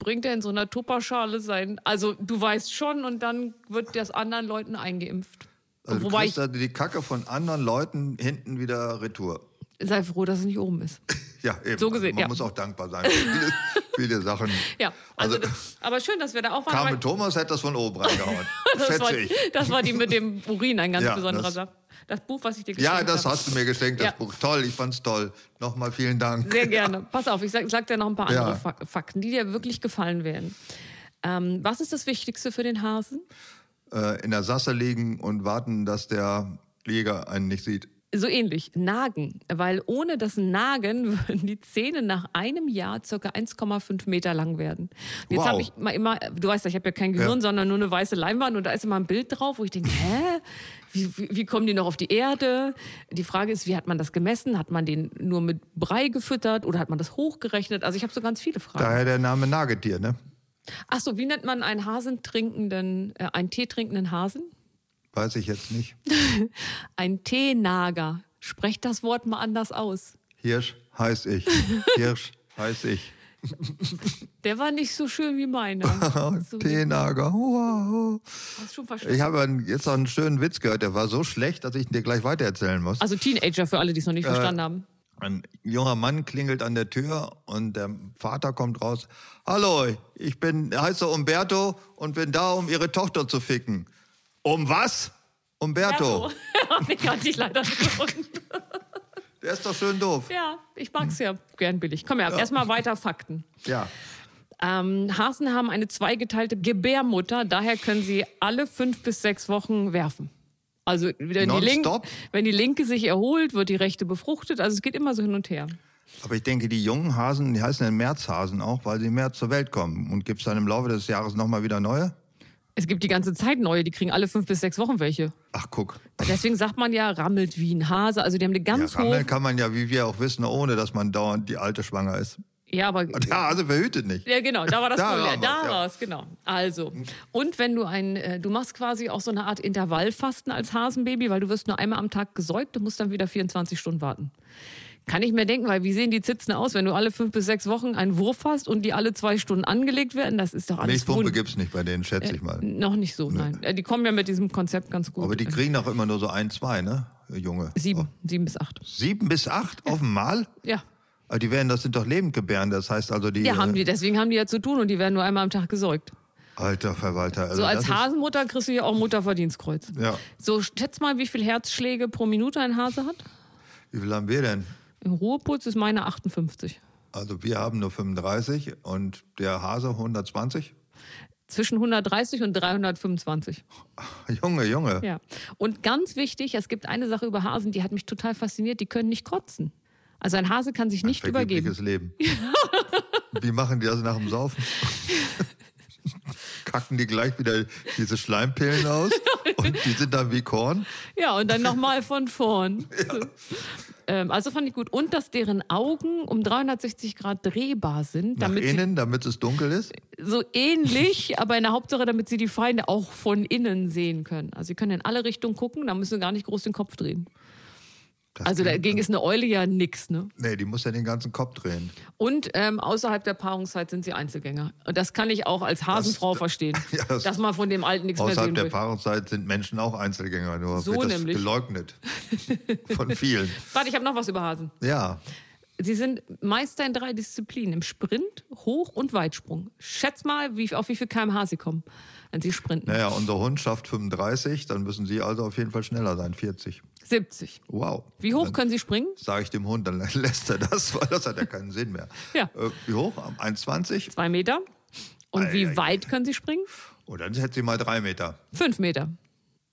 C: bringt er in so einer Tupperschale sein, also du weißt schon und dann wird das anderen Leuten eingeimpft.
B: Also du
C: Wobei ich,
B: kriegst also die Kacke von anderen Leuten hinten wieder retour.
C: sei froh, dass es nicht oben ist.
B: Ja, eben.
C: So gesehen,
B: also man
C: ja.
B: muss auch dankbar sein. für Viele, viele Sachen.
C: Ja, also,
B: Also-
C: das, aber schön, dass wir da auch waren.
B: Carmen
C: aber-
B: Thomas hätte das von oben reingehauen.
C: Das war,
B: schätze ich.
C: das war die mit dem Urin, ein ganz
B: Ja,
C: besonderer
B: das-
C: Sache. Das Buch, was ich dir geschenkt
B: Ja,
C: habe.
B: das hast du mir geschenkt, das
C: Ja.
B: Buch. Toll, ich fand's toll. Nochmal vielen Dank.
C: Sehr gerne. Pass auf, ich sag, sag dir noch ein paar
B: Ja.
C: andere Fak- Fakten, die dir wirklich gefallen werden. Ähm, was ist das Wichtigste für den Hasen?
B: Äh, in der Sasse liegen und warten, dass der Jäger einen nicht sieht.
C: So ähnlich, Nagen. Weil ohne das Nagen würden die Zähne nach einem Jahr circa 1,5 Meter lang werden. Und jetzt
B: Wow.
C: habe ich mal immer, du weißt ja, ich habe ja kein Gehirn,
B: Ja.
C: sondern nur eine weiße Leinwand und da ist immer ein Bild drauf, wo ich denke, hä? Wie, wie, wie kommen die noch auf die Erde? Die Frage ist, wie hat man das gemessen? Hat man den nur mit Brei gefüttert oder hat man das hochgerechnet? Also ich habe so ganz viele Fragen.
B: Daher der Name Nagetier, ne?
C: Ach so, wie nennt man einen Hasen trinkenden, äh, einen Tee trinkenden Hasen?
B: Weiß ich jetzt nicht.
C: Ein Teenager. Sprecht das Wort mal anders aus.
B: Hirsch heiß ich. Hirsch heiß ich.
C: Der war nicht so schön wie meiner. So,
B: Teenager. Wow.
C: hast schon verstanden.
B: Ich habe einen- jetzt noch einen schönen Witz gehört, der war so schlecht, dass ich ihn dir gleich weitererzählen muss.
C: Also Teenager für alle, die es noch nicht verstanden haben.
B: Ein junger Mann klingelt an der Tür und der Vater kommt raus. Hallo, ich bin heiße Umberto und bin da, um Ihre Tochter zu ficken. Um was? Umberto,
C: Und ich hatte ich leider schon.
B: der ist doch schön doof.
C: Ja, ich mag's ja gern billig. Komm her, erstmal weiter Fakten.
B: Ja.
C: Ähm, Hasen haben eine zweigeteilte Gebärmutter, daher können sie alle fünf bis sechs Wochen werfen. Also wenn die, Link,
B: Nonstop?
C: wenn die linke sich erholt, wird die rechte befruchtet. Also es geht immer so hin und her.
B: Aber ich denke, die jungen Hasen, die heißen dann Märzhasen auch, weil sie im März zur Welt kommen. Und gibt es dann im Laufe des Jahres nochmal wieder neue?
C: Es gibt die ganze Zeit neue, die kriegen alle fünf bis sechs Wochen welche.
B: Ach, guck.
C: Deswegen sagt man ja, rammelt wie ein Hase. Also die haben eine
B: Ja,
C: ganz
B: rammeln
C: hohe...
B: kann man ja, wie wir auch wissen, ohne dass man dauernd die alte schwanger ist.
C: Ja, aber
B: Und der Hase verhütet nicht.
C: Ja, genau, da war das
B: Da
C: Problem.
B: war was,
C: Da
B: ja.
C: war's, genau. Also, und wenn du ein, äh, du machst quasi auch so eine Art Intervallfasten als Hasenbaby, weil du wirst nur einmal am Tag gesäugt, du musst dann wieder 24 Stunden warten. Kann ich mir denken, weil wie sehen die Zitzen aus, wenn du alle fünf bis sechs Wochen einen Wurf hast und die alle zwei Stunden angelegt werden? Das ist doch alles Äh,
B: Milchpumpe
C: wund-
B: gibt es nicht bei denen, schätze ich mal.
C: Noch nicht so, nein. Äh, Die kommen ja mit diesem Konzept ganz gut. Äh,
B: Aber die kriegen auch immer nur so ein, zwei, ne? Junge.
C: sieben,
B: Oh.
C: sieben bis acht.
B: Sieben bis acht auf einmal?
C: Ja.
B: Aber die werden, das sind doch lebend gebären. Das heißt also, die. äh,
C: Ja, haben die, deswegen haben die ja zu tun und die werden nur einmal am Tag gesäugt.
B: Alter Verwalter. Also
C: So
B: das
C: als
B: ist-
C: Hasenmutter kriegst du ja auch Mutterverdienstkreuz.
B: Ja.
C: So, schätz mal, wie viele Herzschläge pro Minute ein Hase hat.
B: Wie viel haben wir denn?
C: Im Ruheputz ist meine 58.
B: Also wir haben nur 35 und der Hase 120.
C: Zwischen 130 und 325.
B: Junge, Junge.
C: Ja. Und ganz wichtig, es gibt eine Sache über Hasen, die hat mich total fasziniert, die können nicht kotzen. Also ein Hase kann sich nicht übergeben.
B: Vergebliches Leben. Wie machen die das nach dem Saufen? Kacken die gleich wieder diese Schleimpillen aus und die sind dann wie Korn.
C: Ja, und dann nochmal von vorn. So. Ähm, also fand ich gut. Und dass deren Augen um 360 Grad drehbar sind,
B: Nach
C: damit sie
B: innen, damit es dunkel ist.
C: so ähnlich, aber in der Hauptsache, damit sie die Feinde auch von innen sehen können. Also sie können in alle Richtungen gucken, da müssen sie gar nicht groß den Kopf drehen.
B: Das äh,
C: Also
B: geht-
C: dagegen ist eine Eule ja nix, ne?
B: Nee, die muss ja den ganzen Kopf drehen.
C: Und ähm, außerhalb der Paarungszeit sind sie Einzelgänger. Und das kann ich auch als Hasenfrau verstehen.
B: Ja, das-
C: dass man von dem Alten nichts mehr
B: Außerhalb
C: sehen
B: der
C: will.
B: Paarungszeit sind Menschen auch Einzelgänger, nur
C: So
B: wird das
C: nämlich.
B: geleugnet. Von vielen.
C: Warte, ich habe noch was über Hasen.
B: Ja,
C: Sie sind Meister in drei Disziplinen: im Sprint, Hoch- und Weitsprung. Schätz mal, wie, auf wie viel kmh sie kommen, wenn sie sprinten.
B: naja, unser Hund schafft 35, dann müssen sie also auf jeden Fall schneller sein, 40.
C: 70.
B: Wow.
C: Wie hoch
B: Dann
C: können sie springen?
B: Sage ich dem Hund, dann lässt er das, weil das hat ja keinen Sinn mehr.
C: Ja.
B: Äh, wie hoch? 1,20?
C: Zwei Meter. Und
B: Ei,
C: wie
B: ei,
C: weit können sie springen?
B: Und Oh, dann hätte sie mal drei Meter.
C: Fünf Meter.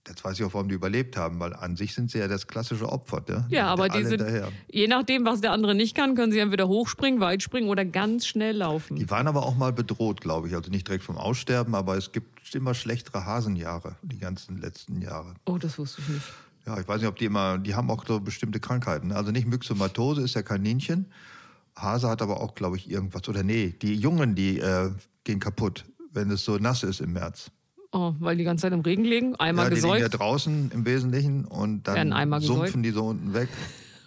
B: Jetzt weiß ich auch, warum die überlebt haben, weil an sich sind sie ja das klassische Opfer. Ne?
C: Ja, aber
B: alle
C: die sind,
B: Hinterher.
C: je nachdem, was der andere nicht kann, können sie entweder hochspringen, weit springen oder ganz schnell laufen.
B: Die waren aber auch mal bedroht, glaube ich. Also nicht direkt vom Aussterben, aber es gibt immer schlechtere Hasenjahre, die ganzen letzten Jahre.
C: Oh, das wusste ich nicht.
B: Ja, ich weiß nicht, ob die immer, die haben auch so bestimmte Krankheiten. ne? Also nicht Myxomatose ist ja Kaninchen. Hase hat aber auch, glaube ich, irgendwas. Oder nee, die Jungen, die äh, gehen kaputt, wenn es so nass ist im März.
C: Oh, weil die ganze Zeit im Regen liegen, einmal
B: ja, die liegen ja
C: gesäugt.
B: draußen im Wesentlichen und
C: Werden
B: dann
C: einmal
B: sumpfen
C: gesäugt.
B: die so unten weg.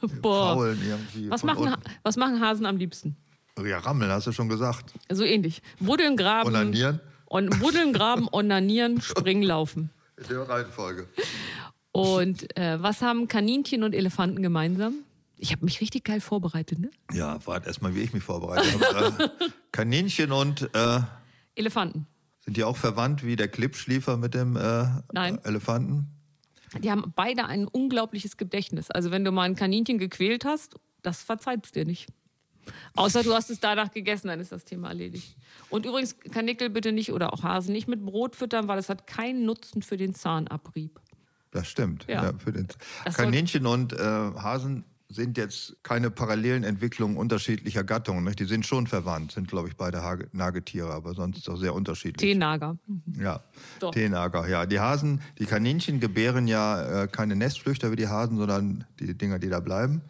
C: Boah.
B: Faulen irgendwie.
C: Was
B: von
C: machen, Ha-
B: unten.
C: was machen Hasen am liebsten?
B: Ja, rammeln, hast du schon gesagt.
C: So ähnlich. Buddeln, graben.
B: Onanieren?
C: On, buddeln, graben, onanieren, springen, laufen.
B: In der Reihenfolge.
C: Und äh, was haben Kaninchen und Elefanten gemeinsam? Ich habe mich richtig geil vorbereitet, ne?
B: Ja, wart erst mal, wie ich mich vorbereitet habe. Äh, Kaninchen und äh,
C: Elefanten.
B: sind die auch verwandt wie der Klippschliefer mit dem äh,
C: Nein.
B: Elefanten?
C: Die haben beide ein unglaubliches Gedächtnis. Also wenn du mal ein Kaninchen gequält hast, das verzeiht's dir nicht. Außer du hast es danach gegessen, dann ist das Thema erledigt. Und übrigens, Kanickel bitte nicht oder auch Hasen nicht mit Brot füttern, weil das hat keinen Nutzen für den Zahnabrieb.
B: Das stimmt.
C: Ja.
B: Ja. für den
C: Das soll-
B: Kaninchen und äh, Hasen sind jetzt keine parallelen Entwicklungen unterschiedlicher Gattungen. Nicht? Die sind schon verwandt, sind, glaube ich, beide Hage- Nagetiere, aber sonst auch sehr unterschiedlich.
C: Teenager.
B: Ja,
C: Doch.
B: Teenager, ja. Die Hasen, die Kaninchen gebären ja äh, keine Nestflüchter wie die Hasen, sondern die Dinger, die da bleiben.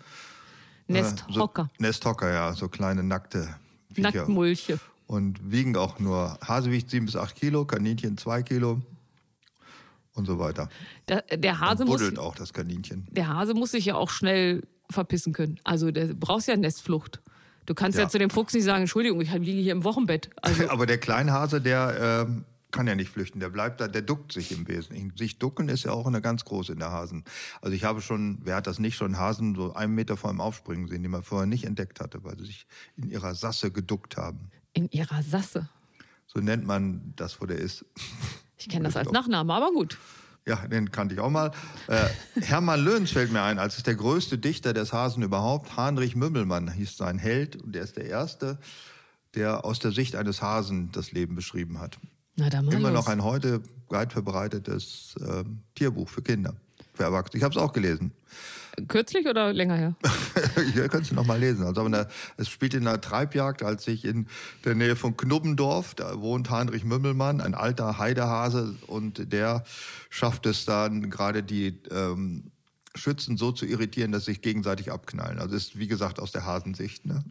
C: Nesthocker.
B: Äh, so, Nesthocker, ja, so kleine nackte Viecher.
C: Nacktmulche.
B: Und wiegen auch nur, Hase wiegt 7 bis 8 Kilo, Kaninchen 2 Kilo und so weiter.
C: Der, der, Hase
B: und
C: Also muss,
B: buddelt auch das Kaninchen.
C: der Hase muss sich ja auch schnell verpissen können. Also du brauchst ja Nestflucht. Du kannst ja,
B: Ja.
C: zu dem Fuchs nicht sagen, Entschuldigung, ich liege hier im Wochenbett. Also,
B: Aber der Kleinhase, der ähm, kann ja nicht flüchten. Der bleibt da, der duckt sich im Wesentlichen. Sich ducken ist ja auch eine ganz große in der Hasen. Also ich habe schon, wer hat das nicht schon, Hasen so einen Meter vor ihm aufspringen sehen, den man vorher nicht entdeckt hatte, weil sie sich in ihrer Sasse geduckt haben.
C: in ihrer Sasse.
B: So nennt man das, wo der ist.
C: Ich kenne das als Nachname, aber gut.
B: Ja, den kannte ich auch mal. Äh, Hermann Löns fällt mir ein, als ist der größte Dichter des Hasen überhaupt. Heinrich Mümmelmann hieß sein Held und er ist der Erste, der aus der Sicht eines Hasen das Leben beschrieben hat.
C: Na, dann mal
B: Immer
C: los.
B: noch ein heute breit verbreitetes ähm, Tierbuch für Kinder, für Erwachsene. Ich habe es auch gelesen.
C: Kürzlich oder länger her?
B: Ihr könnt es noch mal lesen. Also, aber na, es spielt in einer Treibjagd, als ich in der Nähe von Knubbendorf, da wohnt Heinrich Mümmelmann, ein alter Heidehase, und der schafft es dann gerade die ähm, Schützen so zu irritieren, dass sie sich gegenseitig abknallen. Also ist wie gesagt aus der Hasensicht. Ne?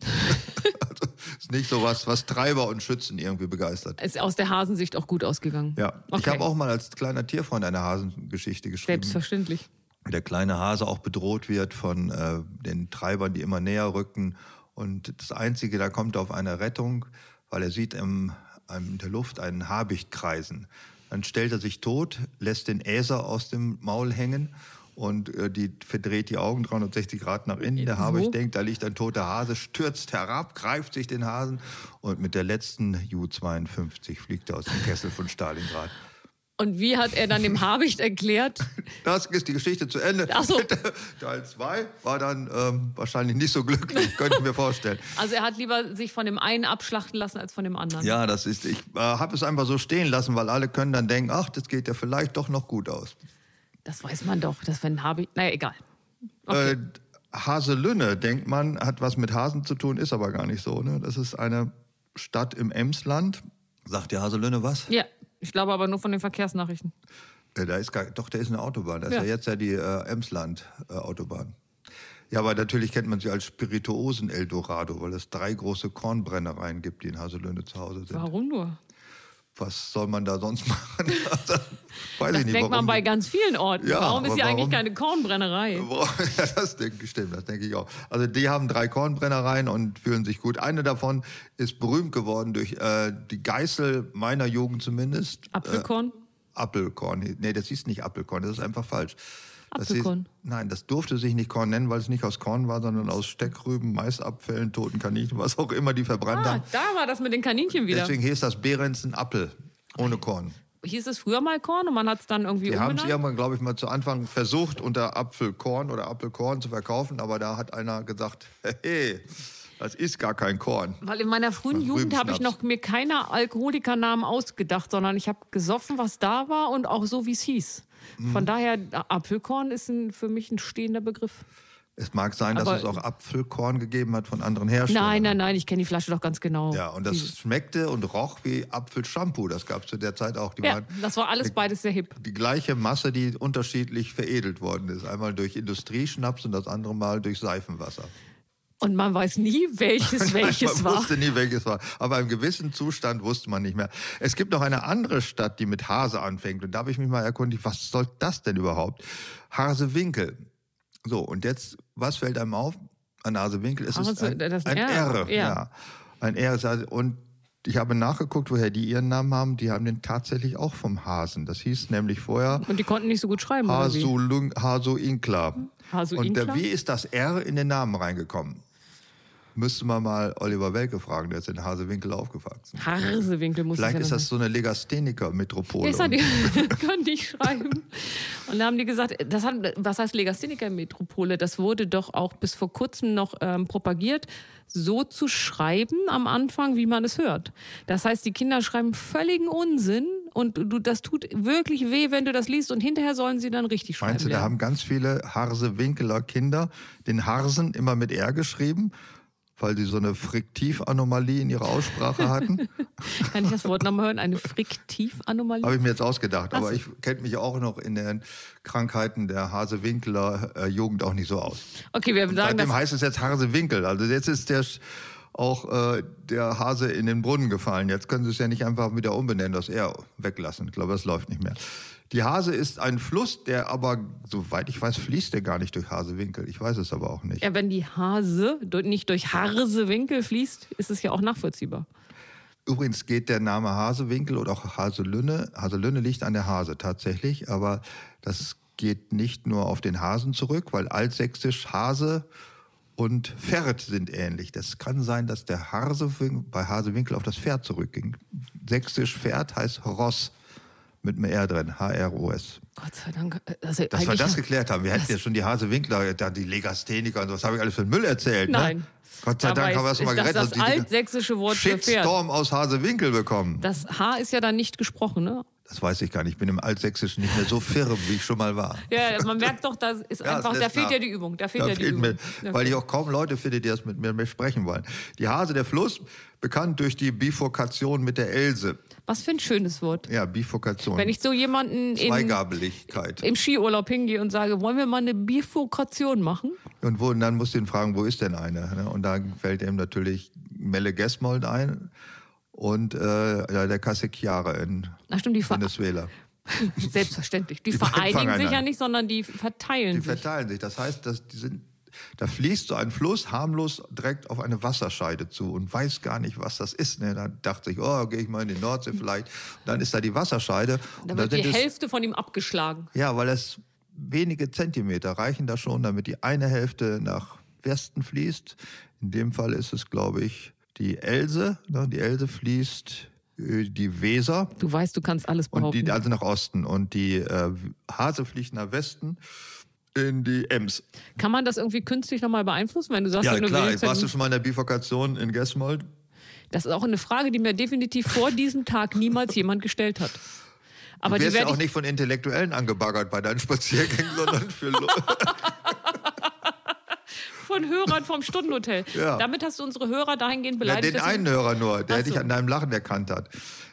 B: also, ist nicht so was, was Treiber und Schützen irgendwie begeistert.
C: Ist aus der Hasensicht auch gut ausgegangen.
B: Ja, ich
C: Okay.
B: habe auch mal als kleiner Tierfreund eine Hasengeschichte geschrieben
C: Selbstverständlich.
B: der kleine Hase auch bedroht wird von äh, den Treibern, die immer näher rücken. Und das Einzige, da kommt er auf eine Rettung, weil er sieht im, einem- in der Luft einen Habicht kreisen. Dann stellt er sich tot, lässt den Äser aus dem Maul hängen und äh, die verdreht die Augen 360 Grad nach innen. Der
C: Wo?
B: Habicht denkt, da liegt ein toter Hase, stürzt herab, greift sich den Hasen und mit der letzten Ju-52 fliegt er aus dem Kessel von Stalingrad.
C: Und wie hat er dann dem Habicht erklärt?
B: Das ist die Geschichte zu Ende.
C: Ach so.
B: Teil 2 war dann ähm, wahrscheinlich nicht so glücklich, könnte ich mir vorstellen.
C: Also er hat lieber sich von dem einen abschlachten lassen als von dem anderen.
B: Ja, das ist, ich äh, habe es einfach so stehen lassen, weil alle können dann denken, ach, das geht ja vielleicht doch noch gut aus.
C: Das weiß man doch, dass wenn ein Habicht. Naja, egal. Okay.
B: Äh, Haselünne, denkt man, hat was mit Hasen zu tun, ist aber gar nicht so. Ne? Das ist eine Stadt im Emsland. Sagt dir Haselünne was?
C: Ja, ich glaube aber nur von den Verkehrsnachrichten.
B: Äh, Da ist gar, doch, da ist eine Autobahn. Da ist
C: Ja.
B: ja, jetzt ja die äh, Emsland-Autobahn. ja, aber natürlich kennt man sie als Spirituosen Eldorado, weil es drei große Kornbrennereien gibt, die in Haselünne zu Hause sind.
C: Warum nur?
B: Was soll man da sonst machen? das weiß
C: Das
B: ich nicht,
C: denkt man
B: warum.
C: bei
B: die-
C: ganz vielen Orten.
B: Ja,
C: warum ist
B: aber
C: hier eigentlich
B: warum? Äh,
C: keine Kornbrennerei?
B: Warum- ja, das denke ich, stimmt, das denke ich auch. Also die haben drei Kornbrennereien und fühlen sich gut. Eine davon ist berühmt geworden durch äh, die Geißel meiner Jugend zumindest. Äh,
C: Apfelkorn?
B: Appelkorn. Nee, das hieß nicht Appelkorn, das ist einfach falsch. Das
C: Apfelkorn.
B: Hieß, nein, das durfte sich nicht Korn nennen, weil es nicht aus Korn war, sondern aus Steckrüben, Maisabfällen, toten Kaninchen, was auch immer die verbrannt
C: ah,
B: haben.
C: da war das mit den Kaninchen wieder.
B: Deswegen hieß das Behrensen Appel. Ohne Korn.
C: Hieß es früher mal Korn und man hat es dann irgendwie
B: Die haben es
C: umbenannt?
B: irgendwann, glaube ich, mal zu Anfang versucht, unter Apfelkorn oder Apfelkorn zu verkaufen, aber da hat einer gesagt, hey, das ist gar kein Korn.
C: Weil in meiner frühen
B: Mal
C: Jugend habe ich
B: Rübenschnaps.
C: noch mir keiner Alkoholikernamen ausgedacht, sondern ich habe gesoffen, was da war und auch so, wie es hieß.
B: Mhm.
C: Von daher, Apfelkorn ist ein, für mich ein stehender Begriff.
B: Es mag sein, dass
C: Aber-
B: es auch Apfelkorn gegeben hat von anderen Herstellern.
C: Nein, nein, nein, ich kenne die Flasche doch ganz genau.
B: Ja, und das schmeckte und roch wie Apfelshampoo. Das gab es zu der Zeit auch. Die,
C: ja,
B: waren
C: das war alles beides sehr hip.
B: die gleiche Masse, die unterschiedlich veredelt worden ist. Einmal durch Industrieschnaps und das andere Mal durch Seifenwasser.
C: Und man weiß nie, welches welches
B: man
C: war.
B: wusste nie, welches war. Aber im gewissen Zustand wusste man nicht mehr. Es gibt noch eine andere Stadt, die mit Hase anfängt. Und da habe ich mich mal erkundigt, was soll das denn überhaupt? Hasewinkel. So, und jetzt, was fällt einem auf? An Hasewinkel ist es
C: Hase-
B: ein,
C: das
B: ein
C: R,
B: R.
C: ja.
B: Ja. Ein R. ist Hase- Und ich habe nachgeguckt, woher die ihren Namen haben. Die haben den tatsächlich auch vom Hasen. Das hieß nämlich vorher
C: Und die konnten nicht so gut schreiben. oder wie?
B: Hasu, Lung- Hasu Inkla.
C: Hasu
B: Und
C: Inkla?
B: der, wie ist das R in den Namen reingekommen? Müsste man mal Oliver Welke fragen, der ist in Hasewinkel aufgewachsen.
C: Harsewinkel muss
B: Vielleicht
C: es
B: ist
C: ja
B: das so eine Legastheniker-Metropole.
C: Ist die können nicht schreiben. Und da haben die gesagt, das hat, was heißt Legastheniker-Metropole? Das wurde doch auch bis vor kurzem noch ähm, propagiert, so zu schreiben am Anfang, wie man es hört. Das heißt, die Kinder schreiben völligen Unsinn und du, das tut wirklich weh, wenn du das liest und hinterher sollen sie dann richtig schreiben.
B: Meinst du, da
C: lernen.
B: haben ganz viele Harsewinkeler Kinder den Harsen immer mit R geschrieben, weil sie so eine Friktivanomalie in ihrer Aussprache hatten?
C: Kann ich das Wort nochmal hören? Eine Friktivanomalie?
B: Habe ich mir jetzt ausgedacht.
C: Ach
B: Aber
C: so.
B: ich kenne mich auch noch in den Krankheiten der Hasewinkler äh, Jugend auch nicht so aus.
C: Okay, wir sagen das
B: Seitdem heißt es jetzt Hasewinkel. Also jetzt ist der Sch- auch äh, der Hase in den Brunnen gefallen. Jetzt können sie es ja nicht einfach wieder umbenennen, das R weglassen. Ich glaube, das läuft nicht mehr. Die Hase ist ein Fluss, der aber, soweit ich weiß, fließt der gar nicht durch Hasewinkel. Ich weiß es aber auch nicht.
C: Ja, wenn die Hase du- nicht durch Harsewinkel fließt, ist es ja auch nachvollziehbar.
B: Übrigens geht der Name Hasewinkel oder auch Haselünne. Haselünne liegt an der Hase tatsächlich, aber das geht nicht nur auf den Hasen zurück, weil altsächsisch Hase und Pferd sind ähnlich. Das kann sein, dass der Hase bei Hasewinkel auf das Pferd zurückging. Sächsisch Pferd heißt Ross. mit einem R drin, H-R-O-S.
C: Gott sei Dank. Also
B: Dass wir
C: eigentlich-
B: das geklärt haben. Wir hätten ja schon die Hase Winkler, da die Legastheniker und sowas, habe ich alles für den Müll erzählt.
C: Nein.
B: Ne? Gott sei
C: Dabei
B: Dank haben wir
C: ist-
B: das mal
C: ist
B: gerettet.
C: Das,
B: und die
C: das altsächsische Wort für Pferd.
B: Shitstorm aus Hase Winkel bekommen.
C: Das H ist ja dann nicht gesprochen, ne?
B: Das weiß ich gar nicht. Ich bin im Altsächsischen nicht mehr so firm, wie ich schon mal war.
C: Ja, man merkt doch, da ist
B: Ja,
C: einfach,
B: es
C: da
B: lässt
C: fehlt
B: nach.
C: ja die Übung. Da fehlt
B: Da
C: ja die
B: fehlt
C: Übung.
B: mir,
C: Ja.
B: Weil ich auch kaum Leute finde, die das mit mir mehr sprechen wollen. Die Hase, der Fluss, bekannt durch die Bifurkation mit der Else.
C: Was für ein schönes Wort.
B: Ja, Bifurkation.
C: Wenn ich so jemanden in,
B: Zweigabeligkeit.
C: im Skiurlaub hingehe und sage, wollen wir mal eine Bifurkation machen?
B: Und wo, und dann musst du ihn fragen, wo ist denn einer? ne? Und da fällt ihm natürlich Melle Gesmold ein und äh, ja, der Kasse Chiara in
C: Ach stimmt, die, ver
B: Venezuela.
C: selbstverständlich. Die,
B: Die beiden
C: vereinigen
B: fangen
C: sich ja
B: an.
C: nicht, sondern die verteilen
B: Die
C: sich.
B: verteilen sich. Das heißt, dass die sind, da fließt so ein Fluss harmlos direkt auf eine Wasserscheide zu und weiß gar nicht, was das ist. Ne? Dann dachte ich, oh, gehe ich mal in die Nordsee vielleicht. Und dann ist da die Wasserscheide. Und
C: Da
B: da
C: wird die
B: sind es-
C: Hälfte von ihm abgeschlagen.
B: Ja, weil das wenige Zentimeter reichen da schon, damit die eine Hälfte nach Westen fließt. In dem Fall ist es, glaube ich, die Else. Ne? Die Else fließt äh, die Weser
C: Du weißt, du kannst alles
B: und
C: behaupten.
B: die, also nach Osten. Und die äh, Hase fliegt nach Westen in die Ems.
C: Kann man das irgendwie künstlich nochmal beeinflussen, wenn du sagst,
B: Ja,
C: wenn du
B: klar.
C: willst,
B: Warst du
C: dann,
B: schon mal in der Bifurkation in Gesmold?
C: das ist auch eine Frage, die mir definitiv vor diesem Tag niemals jemand gestellt hat. Aber
B: du
C: die
B: wirst ja
C: werde
B: auch
C: ich
B: nicht von Intellektuellen angebaggert bei deinen Spaziergängen, sondern für Lo-
C: von Hörern vom Stundenhotel.
B: Ja.
C: Damit hast du unsere Hörer dahingehend
B: ja, den
C: beleidigt. dass sie-
B: einen Hörer nur, der
C: Ach
B: hätte dich
C: so.
B: an deinem Lachen erkannt hat.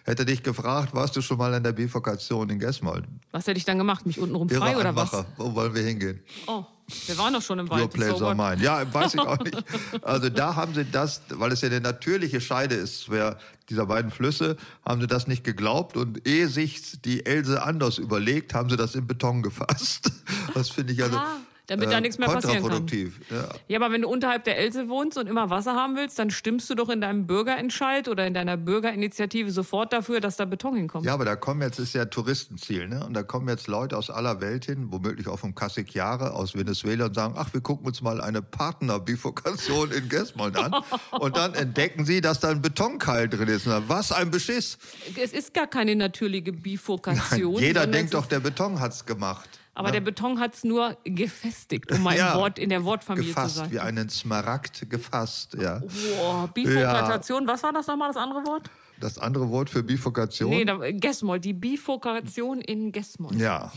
B: Hätte dich gefragt, warst du schon mal an der Bifurkation in Gesmold?
C: was hätte ich dann gemacht? Mich untenrum
B: Irre
C: frei oder was?
B: Anmacher. Wo wollen wir hingehen?
C: Oh, wir waren doch schon im
B: Your
C: Wald.
B: place
C: so
B: or
C: what?
B: mine. Ja, weiß ich auch nicht. Also da haben sie das, weil es ja eine natürliche Scheide ist, wer dieser beiden Flüsse, haben sie das nicht geglaubt und ehe sich die Else anders überlegt, haben sie das in Beton gefasst. Das finde ich also
C: Ah, damit da nichts mehr passieren kann.
B: kontraproduktiv. Ja.
C: Ja, aber wenn du unterhalb der Else wohnst und immer Wasser haben willst, dann stimmst du doch in deinem Bürgerentscheid oder in deiner Bürgerinitiative sofort dafür, dass da Beton hinkommt.
B: Ja, aber da kommen jetzt, ist ja Touristenziel, ne? Und da kommen jetzt Leute aus aller Welt hin, womöglich auch vom Casiquiare aus Venezuela und sagen, ach, wir gucken uns mal eine Partnerbifurkation in Gesmold an. und dann entdecken sie, dass da ein Betonkeil drin ist. Na, was ein Beschiss.
C: Es ist gar keine natürliche Bifurkation.
B: Jeder
C: sondern
B: denkt
C: es
B: doch,
C: ist-
B: der Beton hat's gemacht.
C: Aber der Beton hat es nur gefestigt, um mal im
B: Ja.
C: Wort, in der Wortfamilie zu
B: Gefasst,
C: sein. Oh.
B: wie einen Smaragd gefasst, ja.
C: Boah, Bifurkation, was war das nochmal, das andere Wort?
B: Das andere Wort für Bifurkation?
C: Nee, da, Gesmol, die Bifurkation in Gesmol.
B: ja.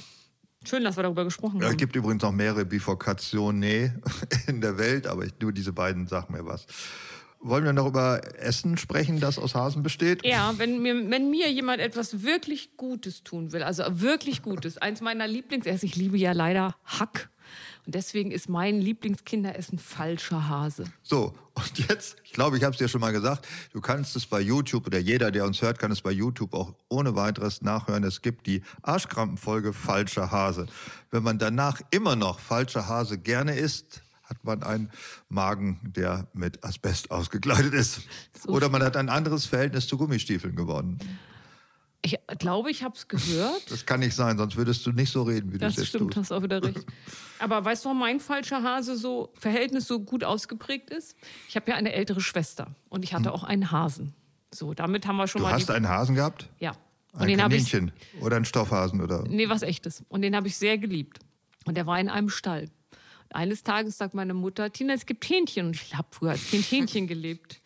C: Schön, dass wir darüber gesprochen
B: Ja, Es
C: haben.
B: gibt übrigens noch mehrere Bifurkationen in der Welt, aber ich, nur diese beiden sagen mir was. Wollen wir noch über Essen sprechen, das aus Hasen besteht?
C: Ja, wenn mir, wenn mir jemand etwas wirklich Gutes tun will, also wirklich Gutes, eins meiner Lieblingsessen, ich liebe ja leider Hack. Und deswegen ist mein Lieblingskinderessen falscher Hase.
B: So, und jetzt, ich glaube, ich habe es dir schon mal gesagt, du kannst es bei YouTube oder jeder, der uns hört, kann es bei YouTube auch ohne weiteres nachhören. Es gibt die Arschkrampenfolge Falscher Hase. Wenn man danach immer noch Falscher Hase gerne isst, hat man einen Magen, der mit Asbest ausgekleidet ist. Oder man hat ein anderes Verhältnis zu Gummistiefeln geworden.
C: Ich glaube, ich habe es gehört.
B: Das kann nicht sein, sonst würdest du nicht so reden, wie du es
C: Das
B: jetzt
C: stimmt,
B: tust.
C: hast auch wieder recht. Aber weißt du, warum mein falscher Hase so Verhältnis so gut ausgeprägt ist? Ich habe ja eine ältere Schwester und ich hatte auch einen Hasen. So, damit haben wir schon
B: Hm. Du
C: mal
B: hast
C: die,
B: einen Hasen gehabt?
C: ja. Und
B: Ein
C: den habe ich
B: Kaninchen oder ein Stoffhasen oder
C: Nee, was echtes. Und den habe ich sehr geliebt. Und der war in einem Stall. Und eines Tages sagt meine Mutter, Tina, es gibt Hähnchen. Und ich habe früher als Kind Hähnchen gelebt.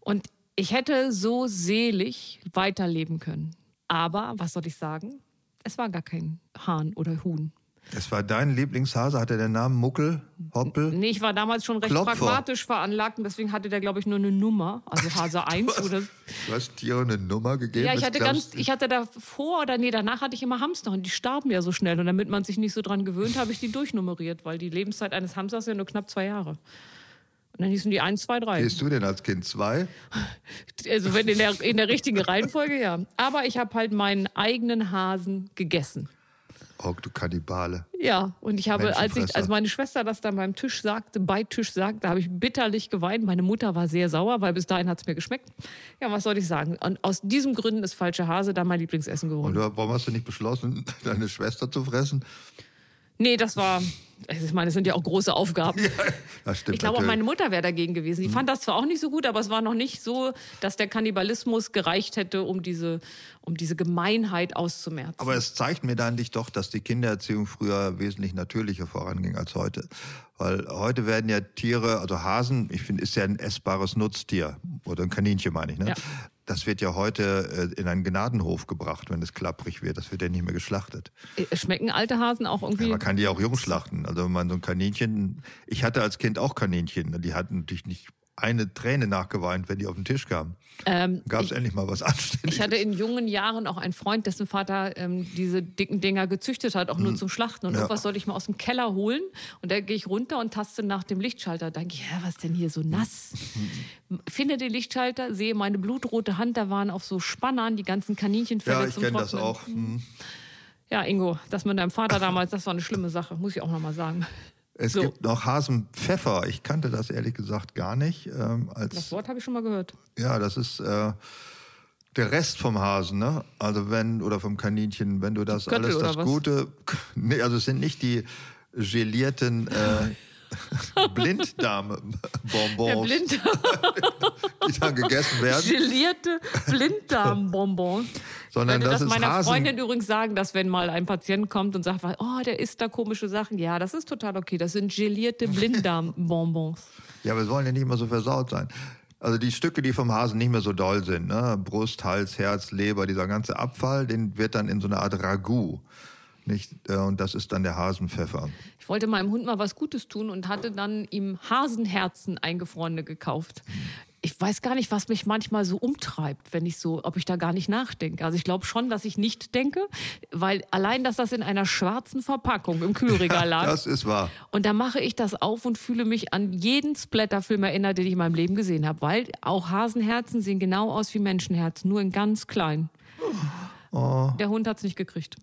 C: Und ich hätte so selig weiterleben können. Aber, was soll ich sagen? Es war gar kein Hahn oder Huhn.
B: Es war dein Lieblingshase, hatte den Namen Muckel, Hoppel.
C: Nee, ich war damals schon recht
B: Klopfer.
C: pragmatisch veranlagt und deswegen hatte der, glaube ich, nur eine Nummer. Also Hase 1 oder.
B: Du hast Tiere eine Nummer gegeben.
C: Ja, ich
B: das
C: hatte ganz,
B: glaubst-
C: ich hatte davor oder nee, danach hatte ich immer Hamster und die starben ja so schnell. Und damit man sich nicht so dran gewöhnt, habe ich die durchnummeriert, weil die Lebenszeit eines Hamsters ja nur knapp zwei Jahre. Und dann hießen die 1, 2, 3.
B: Gehst du denn als Kind zwei?
C: Also wenn in der, in der richtigen Reihenfolge, ja. Aber ich habe halt meinen eigenen Hasen gegessen.
B: Oh, du Kannibale.
C: Ja, und ich habe, als, ich,
B: Menschenfresser.
C: als meine Schwester das dann beim Tisch sagte, bei Tisch sagte, da habe ich bitterlich geweint. Meine Mutter war sehr sauer, weil bis dahin hat es mir geschmeckt. Ja, was soll ich sagen? Und aus diesem Gründen ist falsche Hase dann mein Lieblingsessen
B: Und
C: geworden.
B: du- warum hast du nicht beschlossen, deine Schwester zu fressen?
C: Nee, das war. Ich meine, das sind ja auch große Aufgaben.
B: Das stimmt
C: Ich glaube,
B: natürlich.
C: auch
B: Mhm.
C: meine Mutter wäre dagegen gewesen. Die fand das zwar auch nicht so gut, aber es war noch nicht so, dass der Kannibalismus gereicht hätte, um diese, um diese Gemeinheit auszumerzen.
B: Aber es zeigt mir dann dich doch, dass die Kindererziehung früher wesentlich natürlicher voranging als heute. Weil heute werden ja Tiere, also Hasen, ich finde, ist ja ein essbares Nutztier. Oder ein Kaninchen, meine ich. Ne?
C: Ja.
B: Das wird ja heute äh, in einen Gnadenhof gebracht, wenn es klapprig wird. Das wird ja nicht mehr geschlachtet.
C: Äh, Schmecken alte Hasen auch irgendwie.
B: Ja, man kann die auch jung schlachten. Also wenn man so ein Kaninchen, ich hatte als Kind auch Kaninchen. Die hatten natürlich nicht eine Träne nachgeweint, wenn die auf den Tisch kamen.
C: Ähm,
B: Gab es endlich mal was Anständiges.
C: Ich hatte in jungen Jahren auch einen Freund, dessen Vater ähm, diese dicken Dinger gezüchtet hat, auch nur zum Schlachten. Und
B: Mhm. Ja.
C: irgendwas sollte ich mal aus dem Keller holen. Und da gehe ich runter und taste nach dem Lichtschalter. Denke ich, hä, was denn hier so nass?
B: Mhm.
C: Finde den Lichtschalter, sehe meine blutrote Hand, da waren auf so Spannern die ganzen Kaninchenfälle
B: ja, ich
C: zum
B: kenne das
C: Trocknen.
B: auch. Hm.
C: Ja, Ingo, das mit deinem Vater damals, das war eine schlimme Sache, muss ich auch nochmal sagen.
B: Es
C: So.
B: gibt noch Hasenpfeffer. Ich kannte das ehrlich gesagt gar nicht. Ähm,
C: Das
B: als,
C: Wort habe ich schon mal gehört.
B: ja, das ist äh, der Rest vom Hasen, ne? Also wenn, oder vom Kaninchen, wenn du das
C: Köttel
B: alles, das
C: oder was?
B: Gute. Nee, also es sind nicht die gelierten äh,
C: Der
B: Blinddarm-Bonbons,
C: blind,
B: die dann gegessen werden,
C: gelierte Blinddarmbonbon.
B: sondern
C: Könnte
B: das, ist
C: das meiner
B: Hasen.
C: Freundin übrigens sagen, dass wenn mal ein Patient kommt und sagt, oh, der isst da komische Sachen. Ja, das ist total okay. Das sind gelierte Blinddarmbonbons.
B: Ja, wir sollen ja nicht mehr so versaut sein. Also die Stücke, die vom Hasen nicht mehr so doll sind, ne? Brust, Hals, Herz, Leber, dieser ganze Abfall, den wird dann in so eine Art Ragout. Nicht? Äh, Und das ist dann der Hasenpfeffer.
C: Ich wollte meinem Hund mal was Gutes tun und hatte dann ihm Hasenherzen eingefrorene gekauft. Ich weiß gar nicht, was mich manchmal so umtreibt, wenn ich so, ob ich da gar nicht nachdenke. Also ich glaube schon, dass ich nicht denke, weil allein, dass das in einer schwarzen Verpackung im Kühlregal lag.
B: Das ist wahr.
C: Und da mache ich das auf und fühle mich an jeden Splatterfilm erinnert, den ich in meinem Leben gesehen habe. Weil auch Hasenherzen sehen genau aus wie Menschenherzen, nur in ganz klein. Der Hund hat es nicht gekriegt.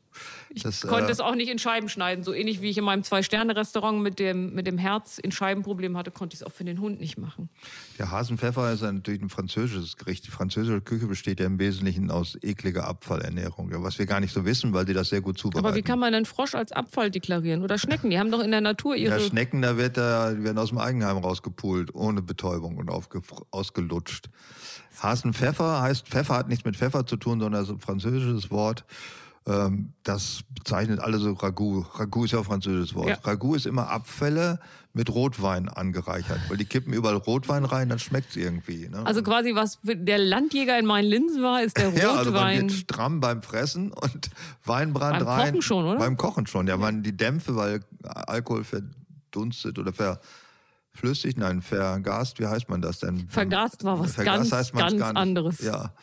C: Ich
B: Oh. Das, äh,
C: konnte es auch nicht in Scheiben schneiden. So ähnlich wie ich in meinem Zwei-Sterne-Restaurant mit dem, mit dem Herz in Scheibenproblem hatte, konnte ich es auch für den Hund nicht machen.
B: Der Hasenpfeffer ist ja natürlich ein französisches Gericht. Die französische Küche besteht ja im Wesentlichen aus ekliger Abfallernährung, ja, was wir gar nicht so wissen, weil die das sehr gut zubereiten.
C: Aber wie kann man einen Frosch als Abfall deklarieren? Oder Schnecken? Die haben doch in der Natur ihre.
B: ja, Schnecken, da wird da, die werden aus dem Eigenheim rausgepult, ohne Betäubung und aufge, ausgelutscht. Hasenpfeffer heißt, Pfeffer hat nichts mit Pfeffer zu tun, sondern das ist ein französisches Wort. Ähm, das bezeichnet alle so Ragout. Ragout ist ja auch ein französisches Wort.
C: Ja.
B: Ragout ist immer Abfälle mit Rotwein angereichert, weil die kippen überall Rotwein rein, dann schmeckt es irgendwie. Ne?
C: also quasi, was der Landjäger in meinen Linsen war, ist der
B: Ja, also man
C: Rotwein.
B: wird stramm beim Fressen und Weinbrand
C: Beim
B: rein.
C: Kochen schon, oder?
B: Beim Kochen schon, ja. Man, die Dämpfe, weil Alkohol verdunstet oder verflüssigt, nein, vergast, wie heißt man das denn?
C: Vergast war was ganz,
B: man's
C: ganz
B: gar nicht.
C: anderes.
B: Ja.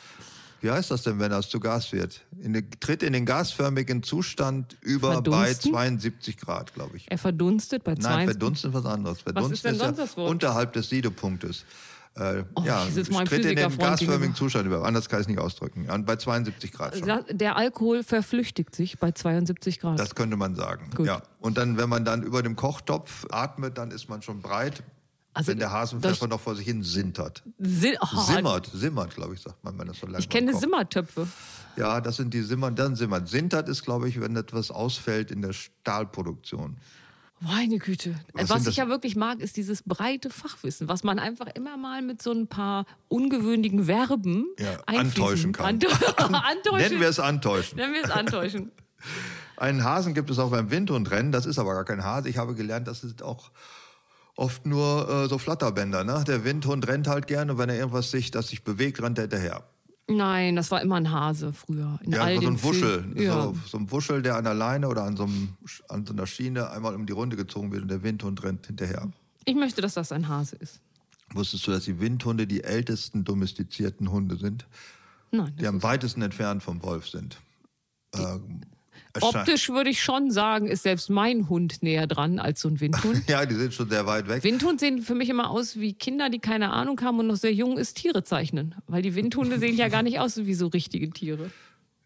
B: Wie heißt das denn, wenn das zu Gas wird? In den, tritt in den gasförmigen Zustand über bei
C: Verdunsten?
B: 72 Grad, glaube ich.
C: er verdunstet bei
B: Nein,
C: 22.
B: verdunsten ist was anderes. Verdunsten
C: ist denn sonst das Wort?
B: unterhalb des Siedepunktes. Äh,
C: Oh,
B: ja,
C: ich sitz mal einem
B: tritt in den
C: Physikerfreund
B: gasförmigen
C: gegenüber.
B: Zustand über. Anders kann ich es nicht ausdrücken. Und bei 72 Grad schon.
C: Sa- Der Alkohol verflüchtigt sich bei 72 Grad.
B: Das könnte man sagen.
C: Gut.
B: Ja. Und dann, wenn man dann über dem Kochtopf atmet, dann ist man schon breit.
C: Also,
B: wenn der Hasenpfeffer noch vor sich hin sintert.
C: Si- oh,
B: Simmert, simmert, glaube ich, sagt man, wenn das so lange
C: Ich kenne
B: im Kopf-
C: Simmertöpfe.
B: Ja, das sind die Simmern, dann simmert. Sintert ist, glaube ich, wenn etwas ausfällt in der Stahlproduktion.
C: Meine Güte.
B: Was
C: Was,
B: sind das?
C: ich ja wirklich mag, ist dieses breite Fachwissen, was man einfach immer mal mit so ein paar ungewöhnlichen Verben
B: Ja, antäuschen
C: einfließen-
B: kann.
C: Ante- antäuschen.
B: Nennen wir es antäuschen.
C: Nennen wir es antäuschen.
B: Einen Hasen gibt es auch beim Windhundrennen, das ist aber gar kein Hase. Ich habe gelernt, das sind auch oft nur äh, so Flatterbänder. Ne? Der Windhund rennt halt gerne und wenn er irgendwas sich, das sich bewegt, rennt er hinterher.
C: Nein, das war immer ein Hase früher. In
B: Ja,
C: all
B: so
C: den
B: ein Wuschel.
C: Filmen. Ja.
B: So, so ein Wuschel, der an der Leine oder an so, einem, Sch- an so einer Schiene einmal um die Runde gezogen wird und der Windhund rennt hinterher.
C: Ich möchte, dass das ein Hase ist.
B: Wusstest du, dass die Windhunde die ältesten domestizierten Hunde sind?
C: Nein.
B: Die am weitesten entfernt vom Wolf sind. Ähm, erschein-
C: Optisch würde ich schon sagen, ist selbst mein Hund näher dran als so ein Windhund.
B: Ja, die sind schon sehr weit weg.
C: Windhunde sehen für mich immer aus wie Kinder, die keine Ahnung haben und noch sehr jung ist, Tiere zeichnen. Weil die Windhunde sehen ja gar nicht aus wie so richtige Tiere.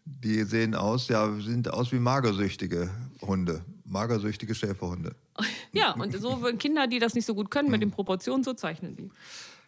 B: Die sehen aus, ja, sind aus wie magersüchtige Hunde. Magersüchtige Schäferhunde.
C: Ja, und so würden Kinder, die das nicht so gut können, mit den Proportionen, so zeichnen die.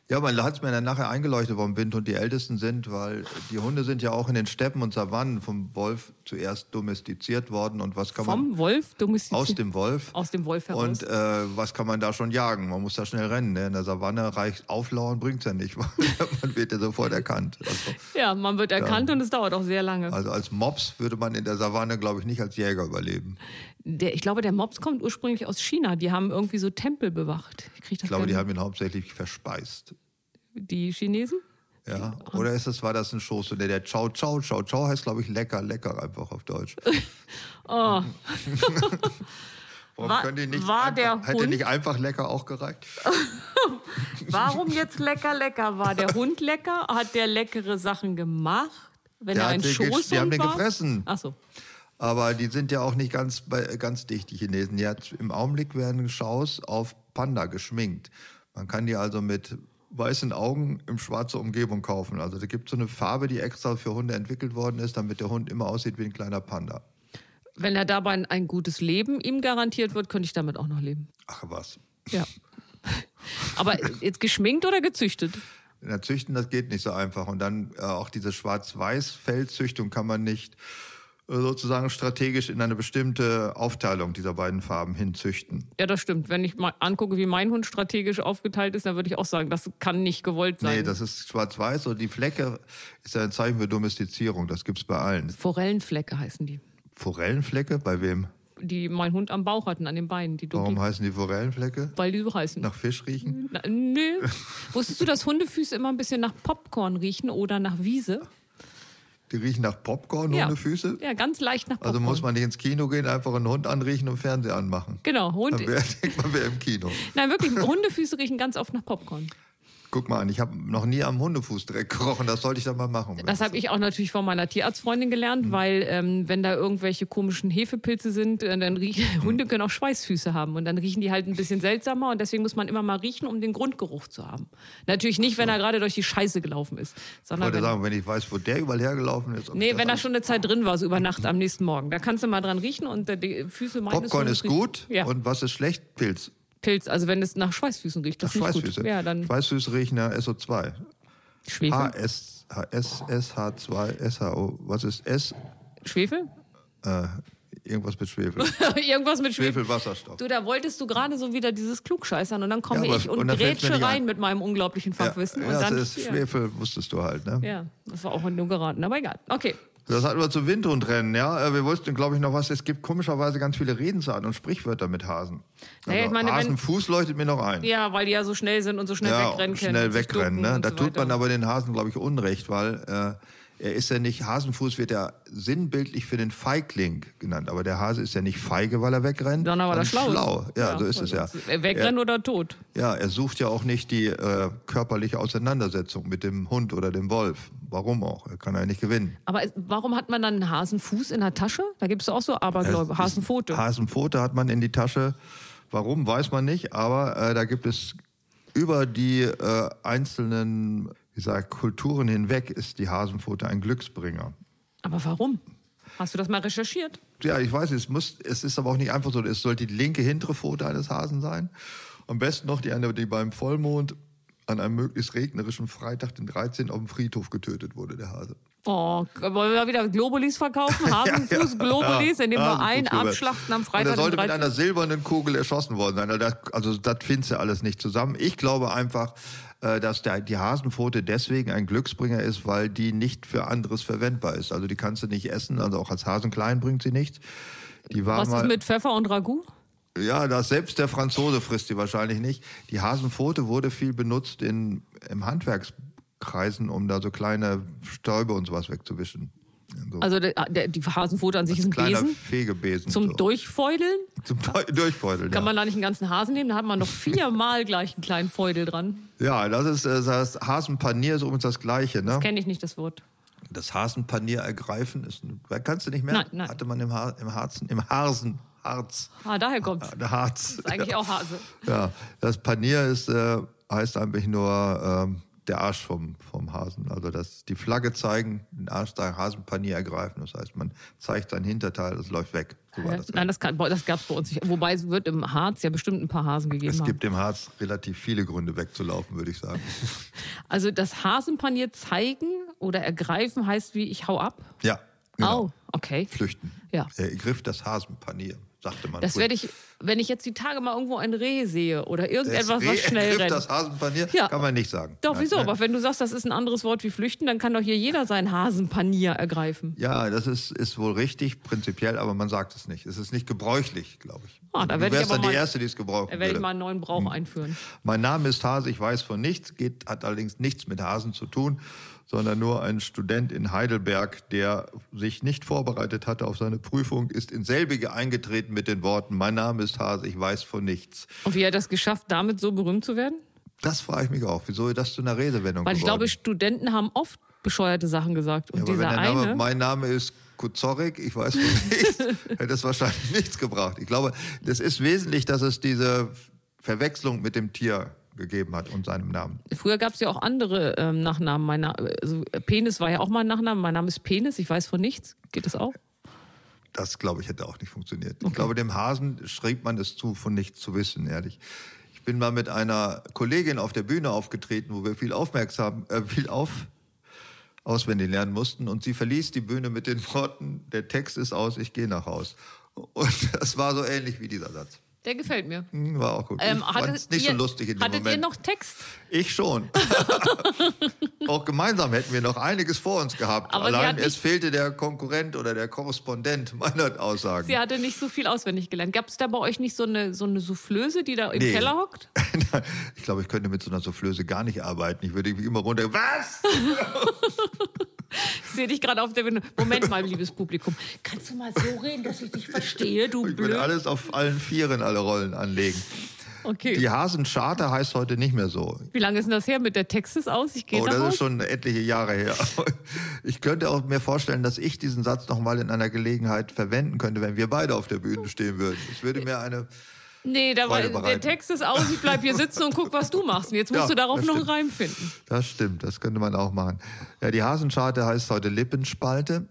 B: Ja, man hat es mir dann nachher eingeleuchtet, warum Wind und die Ältesten sind, weil die Hunde sind ja auch in den Steppen und Savannen vom Wolf zuerst domestiziert worden. Und was kann man
C: Vom Wolf domestiziert.
B: aus dem Wolf?
C: Aus dem Wolf heraus.
B: Und äh, was kann man da schon jagen? Man muss da schnell rennen. Ne? In der Savanne reicht auflauern, bringt's ja nicht. man wird ja sofort erkannt. Also,
C: ja, man wird erkannt und es dauert auch sehr lange.
B: also als Mops würde man in der Savanne, glaube ich, nicht als Jäger überleben.
C: Der, ich glaube, der Mops kommt ursprünglich aus China. Die haben irgendwie so Tempel bewacht. Ich krieg das
B: Ich glaube,
C: gar
B: die
C: nicht-
B: haben ihn hauptsächlich verspeist.
C: die Chinesen?
B: Ja, oder ist es, war das ein Schoß? Der, der Ciao, Ciao, Ciao, Ciao heißt, glaube ich, lecker, lecker einfach auf Deutsch.
C: Oh,
B: Warum
C: War-
B: können die nicht
C: war
B: einfach,
C: der
B: hätte
C: Hund-
B: nicht einfach lecker auch gereicht?
C: warum jetzt lecker, lecker? War der Hund lecker? Hat der leckere Sachen gemacht? Wenn
B: Der
C: er
B: hat
C: ein
B: den gesch-
C: Schoßhund
B: die haben den
C: war?
B: gefressen.
C: Ach so.
B: Aber die sind ja auch nicht ganz, bei- ganz dicht, die Chinesen. Die hat, Im Augenblick werden Schaus auf Panda geschminkt. Man kann die also mit weißen Augen im schwarzer Umgebung kaufen. Also da gibt es so eine Farbe, die extra für Hunde entwickelt worden ist, damit der Hund immer aussieht wie ein kleiner Panda.
C: Wenn er dabei ein- ein gutes Leben ihm garantiert wird, könnte ich damit auch noch leben.
B: Ach was.
C: Ja. Aber jetzt geschminkt oder gezüchtet?
B: Na, züchten, das geht nicht so einfach. Und dann äh, auch diese Schwarz-Weiß-Feldzüchtung kann man nicht äh, sozusagen strategisch in eine bestimmte Aufteilung dieser beiden Farben hinzüchten.
C: Ja, das stimmt. Wenn ich mal angucke, wie mein Hund strategisch aufgeteilt ist, dann würde ich auch sagen, das kann nicht gewollt sein.
B: Nee, das ist schwarz-weiß und die Flecke ist ja ein Zeichen für Domestizierung. Das gibt's bei allen.
C: Forellenflecke heißen die.
B: Forellenflecke? Bei wem?
C: Die mein Hund am Bauch hatten, an den Beinen. Die dunklen,
B: Warum heißen die Forellenflecke?
C: weil die so heißen.
B: Nach Fisch riechen?
C: Na, nö. Wusstest du, dass Hundefüße immer ein bisschen nach Popcorn riechen oder nach Wiese?
B: Die riechen nach Popcorn, ohne Füße?
C: Ja, ganz leicht nach Popcorn.
B: Also muss man nicht ins Kino gehen, einfach einen Hund anriechen und Fernseher anmachen.
C: Genau, Hund.
B: Dann wär, denkt man, wär im Kino.
C: Nein, wirklich, Hundefüße riechen ganz oft nach Popcorn.
B: Guck mal an, ich habe noch nie am Hundefußdreck gerochen. Das Mhm. sollte ich dann mal machen.
C: Das habe ich auch natürlich von meiner Tierarztfreundin gelernt, weil ähm, wenn da irgendwelche komischen Hefepilze sind, äh, dann
B: Mhm.
C: riechen Hunde können auch Schweißfüße haben und dann riechen die halt ein bisschen seltsamer und deswegen muss man immer mal riechen, um den Grundgeruch zu haben. Natürlich nicht, wenn er gerade durch die Scheiße gelaufen ist,
B: Ich
C: sondern
B: wollte
C: wenn,
B: sagen, wenn ich weiß, wo der überall hergelaufen ist. ob ich
C: nee,
B: das
C: wenn er
B: alles-
C: schon eine Zeit drin war, so über Nacht am nächsten Morgen, da kannst du mal dran riechen und äh, die Füße meines
B: Popcorn
C: Hundes
B: ist
C: riechen-
B: gut
C: Ja,
B: und was ist schlecht? Pilz.
C: Pilz, also wenn es nach Schweißfüßen riecht, das ist nicht
B: Schweißfüße.
C: gut. Ja, dann
B: Schweißfüße riechen nach SO2. Ah.
C: Schwefel,
B: HS, HS, SH2, SHO. Was ist S?
C: Schwefel?
B: Äh, irgendwas mit Schwefel.
C: Irgendwas mit Schwefel.
B: Schwefelwasserstoff.
C: Du, da wolltest du gerade so wieder dieses Klugscheißern und dann komme
B: Ja, aber-
C: ich und,
B: und dann fällt's mir
C: grätsche
B: nicht ein.
C: rein mit meinem unglaublichen Fachwissen.
B: ja,
C: und
B: das
C: dann,
B: ist
C: ja,
B: Schwefel, wusstest du halt. Ne?
C: ja, das war auch nur geraten, aber egal. Okay,
B: Das hatten wir zu Windhundrennen. Ja? Äh, Wir wussten, glaube ich, noch was. Es gibt komischerweise ganz viele Redensarten und Sprichwörter mit Hasen. Also
C: Naja, ich meine, wenn-
B: Hasenfuß leuchtet mir noch ein.
C: ja, weil die ja so schnell sind und so schnell
B: Ja,
C: wegrennen können.
B: schnell
C: und sich
B: wegrennen.
C: ducken
B: Ne?
C: und
B: Da
C: so
B: tut man
C: weiter.
B: aber den Hasen, glaube ich, Unrecht, weil äh, er ist ja nicht, Hasenfuß wird ja sinnbildlich für den Feigling genannt. Aber der Hase ist ja nicht feige, weil er wegrennt.
C: Sondern weil er schlau ist.
B: Ja, so ist es ja.
C: sonst äh, Wegrennen oder tot.
B: Ja, er sucht ja auch nicht die äh, körperliche Auseinandersetzung mit dem Hund oder dem Wolf. Warum auch? Er kann ja nicht gewinnen.
C: Aber es- warum hat man dann einen Hasenfuß in der Tasche? Da gibt es auch so
B: Es
C: Aberglaube,
B: Also ist-
C: Hasenpfote.
B: Hasenpfote hat man in die Tasche. Warum, weiß man nicht, aber äh, da gibt es über die äh, einzelnen wie gesagt, Kulturen hinweg ist die Hasenpfote ein Glücksbringer.
C: aber warum? Hast du das mal recherchiert?
B: Ja, ich weiß, es, muss, es ist aber auch nicht einfach so. Es sollte die linke hintere Pfote eines Hasen sein. Am besten noch die eine, die beim Vollmond an einem möglichst regnerischen Freitag, den 13. auf dem Friedhof getötet wurde, der Hase.
C: Oh, wollen wir wieder Globulis verkaufen? Hasenfuß, Globulis, indem wir einen
B: Hasenfußgruppe.
C: abschlachten am
B: Ah, Und
C: Freitag. um
B: er sollte
C: den
B: mit
C: 13..
B: einer silbernen Kugel erschossen worden sein. Also das- Also das findest du alles nicht zusammen. Ich glaube einfach, äh, dass der, die Hasenpfote deswegen ein Glücksbringer ist, weil die nicht für anderes verwendbar ist. Also die kannst du nicht essen, also auch als Hasenklein bringt sie nichts. Die war
C: Was
B: mal,
C: ist mit Pfeffer und Ragout?
B: Ja, das selbst der Franzose frisst die wahrscheinlich nicht. Die Hasenpfote wurde viel benutzt in, im Handwerkskreisen, um da so kleine Stäube und sowas wegzuwischen. So
C: Also der, der, die Hasenpfote an sich ist ein
B: kleiner
C: Besen.
B: Fegebesen.
C: Zum
B: so.
C: Durchfeudeln
B: Zum Deu- Durchbeuteln.
C: kann
B: ja.
C: man da nicht einen ganzen Hasen nehmen, da hat man noch viermal gleich einen kleinen Feudel dran.
B: ja, das ist äh, das Hasenpanier ist übrigens das Gleiche. Ne?
C: Kenne ich nicht das Wort.
B: Das Hasenpanier ergreifen ist, ein- kannst du nicht mehr.
C: Nein, nein.
B: Hatte man im, ha im Harzen, im Harsen, Harz,
C: Ah, daher kommt's.
B: der Harz.
C: Ist eigentlich auch Hase.
B: Ja, das Panier ist, äh, heißt eigentlich nur ähm, der Arsch vom, vom Hasen. Also das, die Flagge zeigen, den Arsch der Hasenpanier ergreifen. Das heißt, man zeigt sein Hinterteil, das läuft weg. So war
C: Ja,
B: das.
C: Nein, das, kann- das gab es bei uns nicht. Wobei es wird im Harz ja bestimmt ein paar Hasen gegeben
B: Es
C: haben.
B: gibt im Harz relativ viele Gründe wegzulaufen, würde ich sagen.
C: Also das Hasenpanier zeigen oder ergreifen heißt wie ich hau ab.
B: Ja, genau.
C: Au, okay.
B: Flüchten.
C: Ja.
B: Er ergriff das Hasenpanier, sagte man.
C: Das
B: früher.
C: werde ich, wenn ich jetzt die Tage mal irgendwo ein Reh sehe oder
B: Das
C: irgendetwas,
B: Reh
C: was schnell
B: ergriff
C: rennt.
B: das Hasenpanier,
C: Ja.
B: kann man nicht sagen.
C: Doch,
B: Nein,
C: wieso?
B: nein.
C: Aber wenn du sagst, das ist ein anderes Wort wie flüchten, dann kann doch hier jeder sein Hasenpanier ergreifen.
B: Ja, das ist, ist wohl richtig, prinzipiell, aber man sagt es nicht. Es ist nicht gebräuchlich, glaube ich.
C: Ah, da
B: du
C: werd ich
B: wärst
C: aber
B: dann die
C: mal-
B: Erste, die es gebrauchen
C: Da werde ich
B: würde.
C: mal einen neuen
B: Hm.
C: Brauch einführen.
B: Mein Name ist Hase, ich weiß von nichts, geht, hat allerdings nichts mit Hasen zu tun, sondern nur ein Student in Heidelberg, der sich nicht vorbereitet hatte auf seine Prüfung, ist in selbige eingetreten mit den Worten, mein Name ist Hase, ich weiß von nichts.
C: Und wie hat er das geschafft, damit so berühmt zu werden?
B: Das frage ich mich auch, wieso das zu einer Redewendung
C: Weil ich
B: geworden
C: glaube,
B: ist.
C: Studenten haben oft bescheuerte Sachen gesagt. Und
B: Aber wenn
C: dieser
B: der Name,
C: eine.
B: mein Name ist Kuzorik, ich weiß von nichts, hätte es wahrscheinlich nichts gebracht. Ich glaube, das ist wesentlich, dass es diese Verwechslung mit dem Tier gegeben hat und seinem Namen.
C: Früher gab es ja auch andere ähm, Nachnamen. Mein Na also äh, Penis war ja auch mal ein Nachname. Mein Name ist Penis, ich weiß von nichts. Geht das auch?
B: Das, glaube ich, hätte auch nicht funktioniert. Ich glaube, dem Hasen schrieb man es zu, von nichts zu wissen, ehrlich. Ich bin mal mit einer Kollegin auf der Bühne aufgetreten, wo wir viel aufmerksam, äh, viel auf, auswendig lernen mussten. Und sie verließ die Bühne mit den Worten, der Text ist aus, ich gehe nach Haus. Und das war so ähnlich wie dieser Satz.
C: Der gefällt mir.
B: Hm, War auch gut.
C: Ähm,
B: ich fand's
C: hattet
B: nicht
C: ihr,
B: so lustig in dem
C: Hattet
B: Moment.
C: ihr noch Text?
B: ich schon. auch gemeinsam hätten wir noch einiges vor uns gehabt.
C: Aber sie hat
B: Allein
C: nicht-
B: es fehlte der Konkurrent oder der Korrespondent meiner Aussagen.
C: Sie hatte nicht so viel auswendig gelernt. Gab es da bei euch nicht so eine, so eine Soufflöse, die da im
B: Nee.
C: Keller hockt?
B: ich glaube, ich könnte mit so einer Soufflöse gar nicht arbeiten. Ich würde irgendwie immer runter. Was?
C: Ich sehe dich gerade auf der Bühne. Moment mal, liebes Publikum. Kannst du mal so reden, dass ich dich verstehe, du
B: Ich würde
C: Blöd?
B: alles auf allen Vieren alle Rollen anlegen.
C: Okay.
B: Die Hasencharta heißt heute nicht mehr so.
C: Wie lange ist denn das her mit der Texas aus? Ich gehe
B: oh,
C: nach
B: das
C: Hause.
B: ist schon etliche Jahre her. Ich könnte auch mir vorstellen, dass ich diesen Satz nochmal in einer Gelegenheit verwenden könnte, wenn wir beide auf der Bühne stehen würden. Es würde mir eine.
C: Nee, da war,
B: Freude
C: der
B: bereiten.
C: Text ist aus, ich bleib hier sitzen und guck, was du machst. Und jetzt musst
B: Ja,
C: du darauf
B: das
C: noch einen
B: stimmt.
C: Reim finden.
B: Das stimmt, das könnte man auch machen. Ja, die Hasenscharte heißt heute Lippenspalte.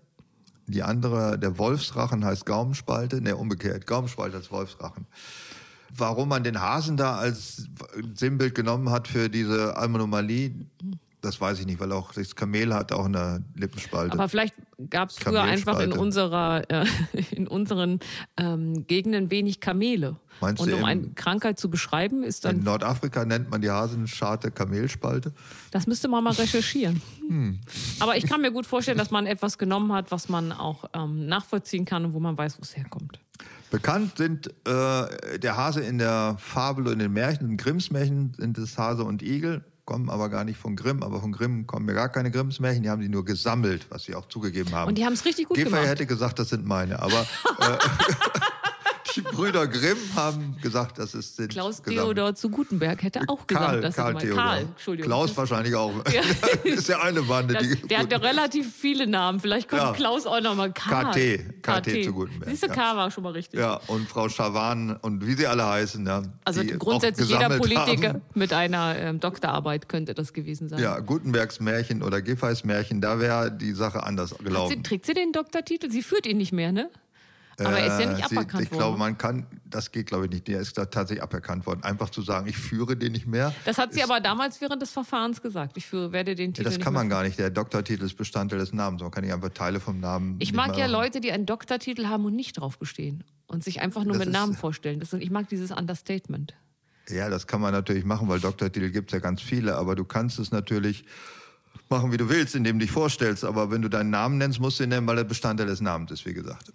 B: Die andere, der Wolfsrachen heißt Gaumenspalte. Ne, umgekehrt. Gaumenspalte heißt Wolfsrachen. Warum man den Hasen da als Sinnbild genommen hat für diese Anomalie, das weiß ich nicht, weil auch das Kamel hat auch eine Lippenspalte.
C: Aber vielleicht gab es früher einfach in
B: Kamelspalte.
C: unserer, äh, in unseren ähm, Gegenden wenig Kamele.
B: Meinst
C: und
B: du
C: um
B: eben-
C: eine Krankheit zu beschreiben, ist
B: in
C: dann,
B: Nordafrika nennt man die Hasenscharte Kamelspalte.
C: das müsste man mal recherchieren.
B: Hm.
C: Aber ich kann mir gut vorstellen, dass man etwas genommen hat, was man auch ähm, nachvollziehen kann und wo man weiß, wo es herkommt.
B: Bekannt sind äh, der Hase in der Fabel und in den Märchen, in Grimms Märchen sind es Hase und Igel, kommen aber gar nicht von Grimm, aber von Grimm kommen ja gar keine Grimms Märchen, die haben die nur gesammelt, was sie auch zugegeben haben.
C: Und die haben's richtig gut
B: Giffey
C: gemacht.
B: hätte gesagt, das sind meine, aber äh, die Brüder Grimm haben gesagt, das ist sind
C: Klaus
B: gesammelt.
C: Theodor zu Gutenberg hätte auch
B: Karl,
C: gesagt, dass
B: Karl,
C: es mal-
B: Theodor.
C: Karl, Entschuldigung.
B: Klaus wahrscheinlich auch. das ist ja eine Bande,
C: Das,
B: die
C: der hat ja relativ viele Namen. Vielleicht kommt
B: Ja.
C: Klaus auch nochmal.
B: KT, KT zu Gutenberg,
C: Siehst du,
B: ja.
C: K war schon mal richtig.
B: ja, und Frau Schawan und wie sie alle heißen. Ja,
C: Also
B: die auch
C: grundsätzlich jeder
B: gesammelt
C: Politiker
B: haben.
C: mit einer ähm, Doktorarbeit könnte das gewesen sein.
B: Ja, Gutenbergs Märchen oder Giffey's Märchen, da wäre die Sache anders
C: Sie,
B: gelaufen.
C: trägt sie den Doktortitel? Sie führt ihn nicht mehr, ne? Aber er ist ja nicht
B: Äh, sie-
C: aberkannt
B: Ich glaube,
C: worden.
B: man kann, das geht glaube ich nicht. Der ist da tatsächlich aberkannt worden. Einfach zu sagen, ich führe den nicht mehr.
C: Das hat sie
B: ist,
C: aber damals während des Verfahrens gesagt. Ich führe, werde den
B: Ja,
C: Titel
B: das
C: nicht
B: kann
C: mehr
B: man gar nicht. Der Doktortitel ist Bestandteil des Namens. Man kann nicht einfach Teile vom Namen.
C: Ich
B: nicht
C: mag
B: mehr
C: ja
B: machen.
C: Leute, die einen Doktortitel haben und nicht drauf bestehen und sich einfach nur
B: Das
C: mit
B: ist-
C: Namen vorstellen. Das, ich mag dieses Understatement.
B: Ja, das kann man natürlich machen, weil Doktortitel gibt es ja ganz viele. Aber du kannst es natürlich machen, wie du willst, indem du dich vorstellst. Aber wenn du deinen Namen nennst, musst du ihn nennen, weil er Bestandteil des Namens ist, wie gesagt.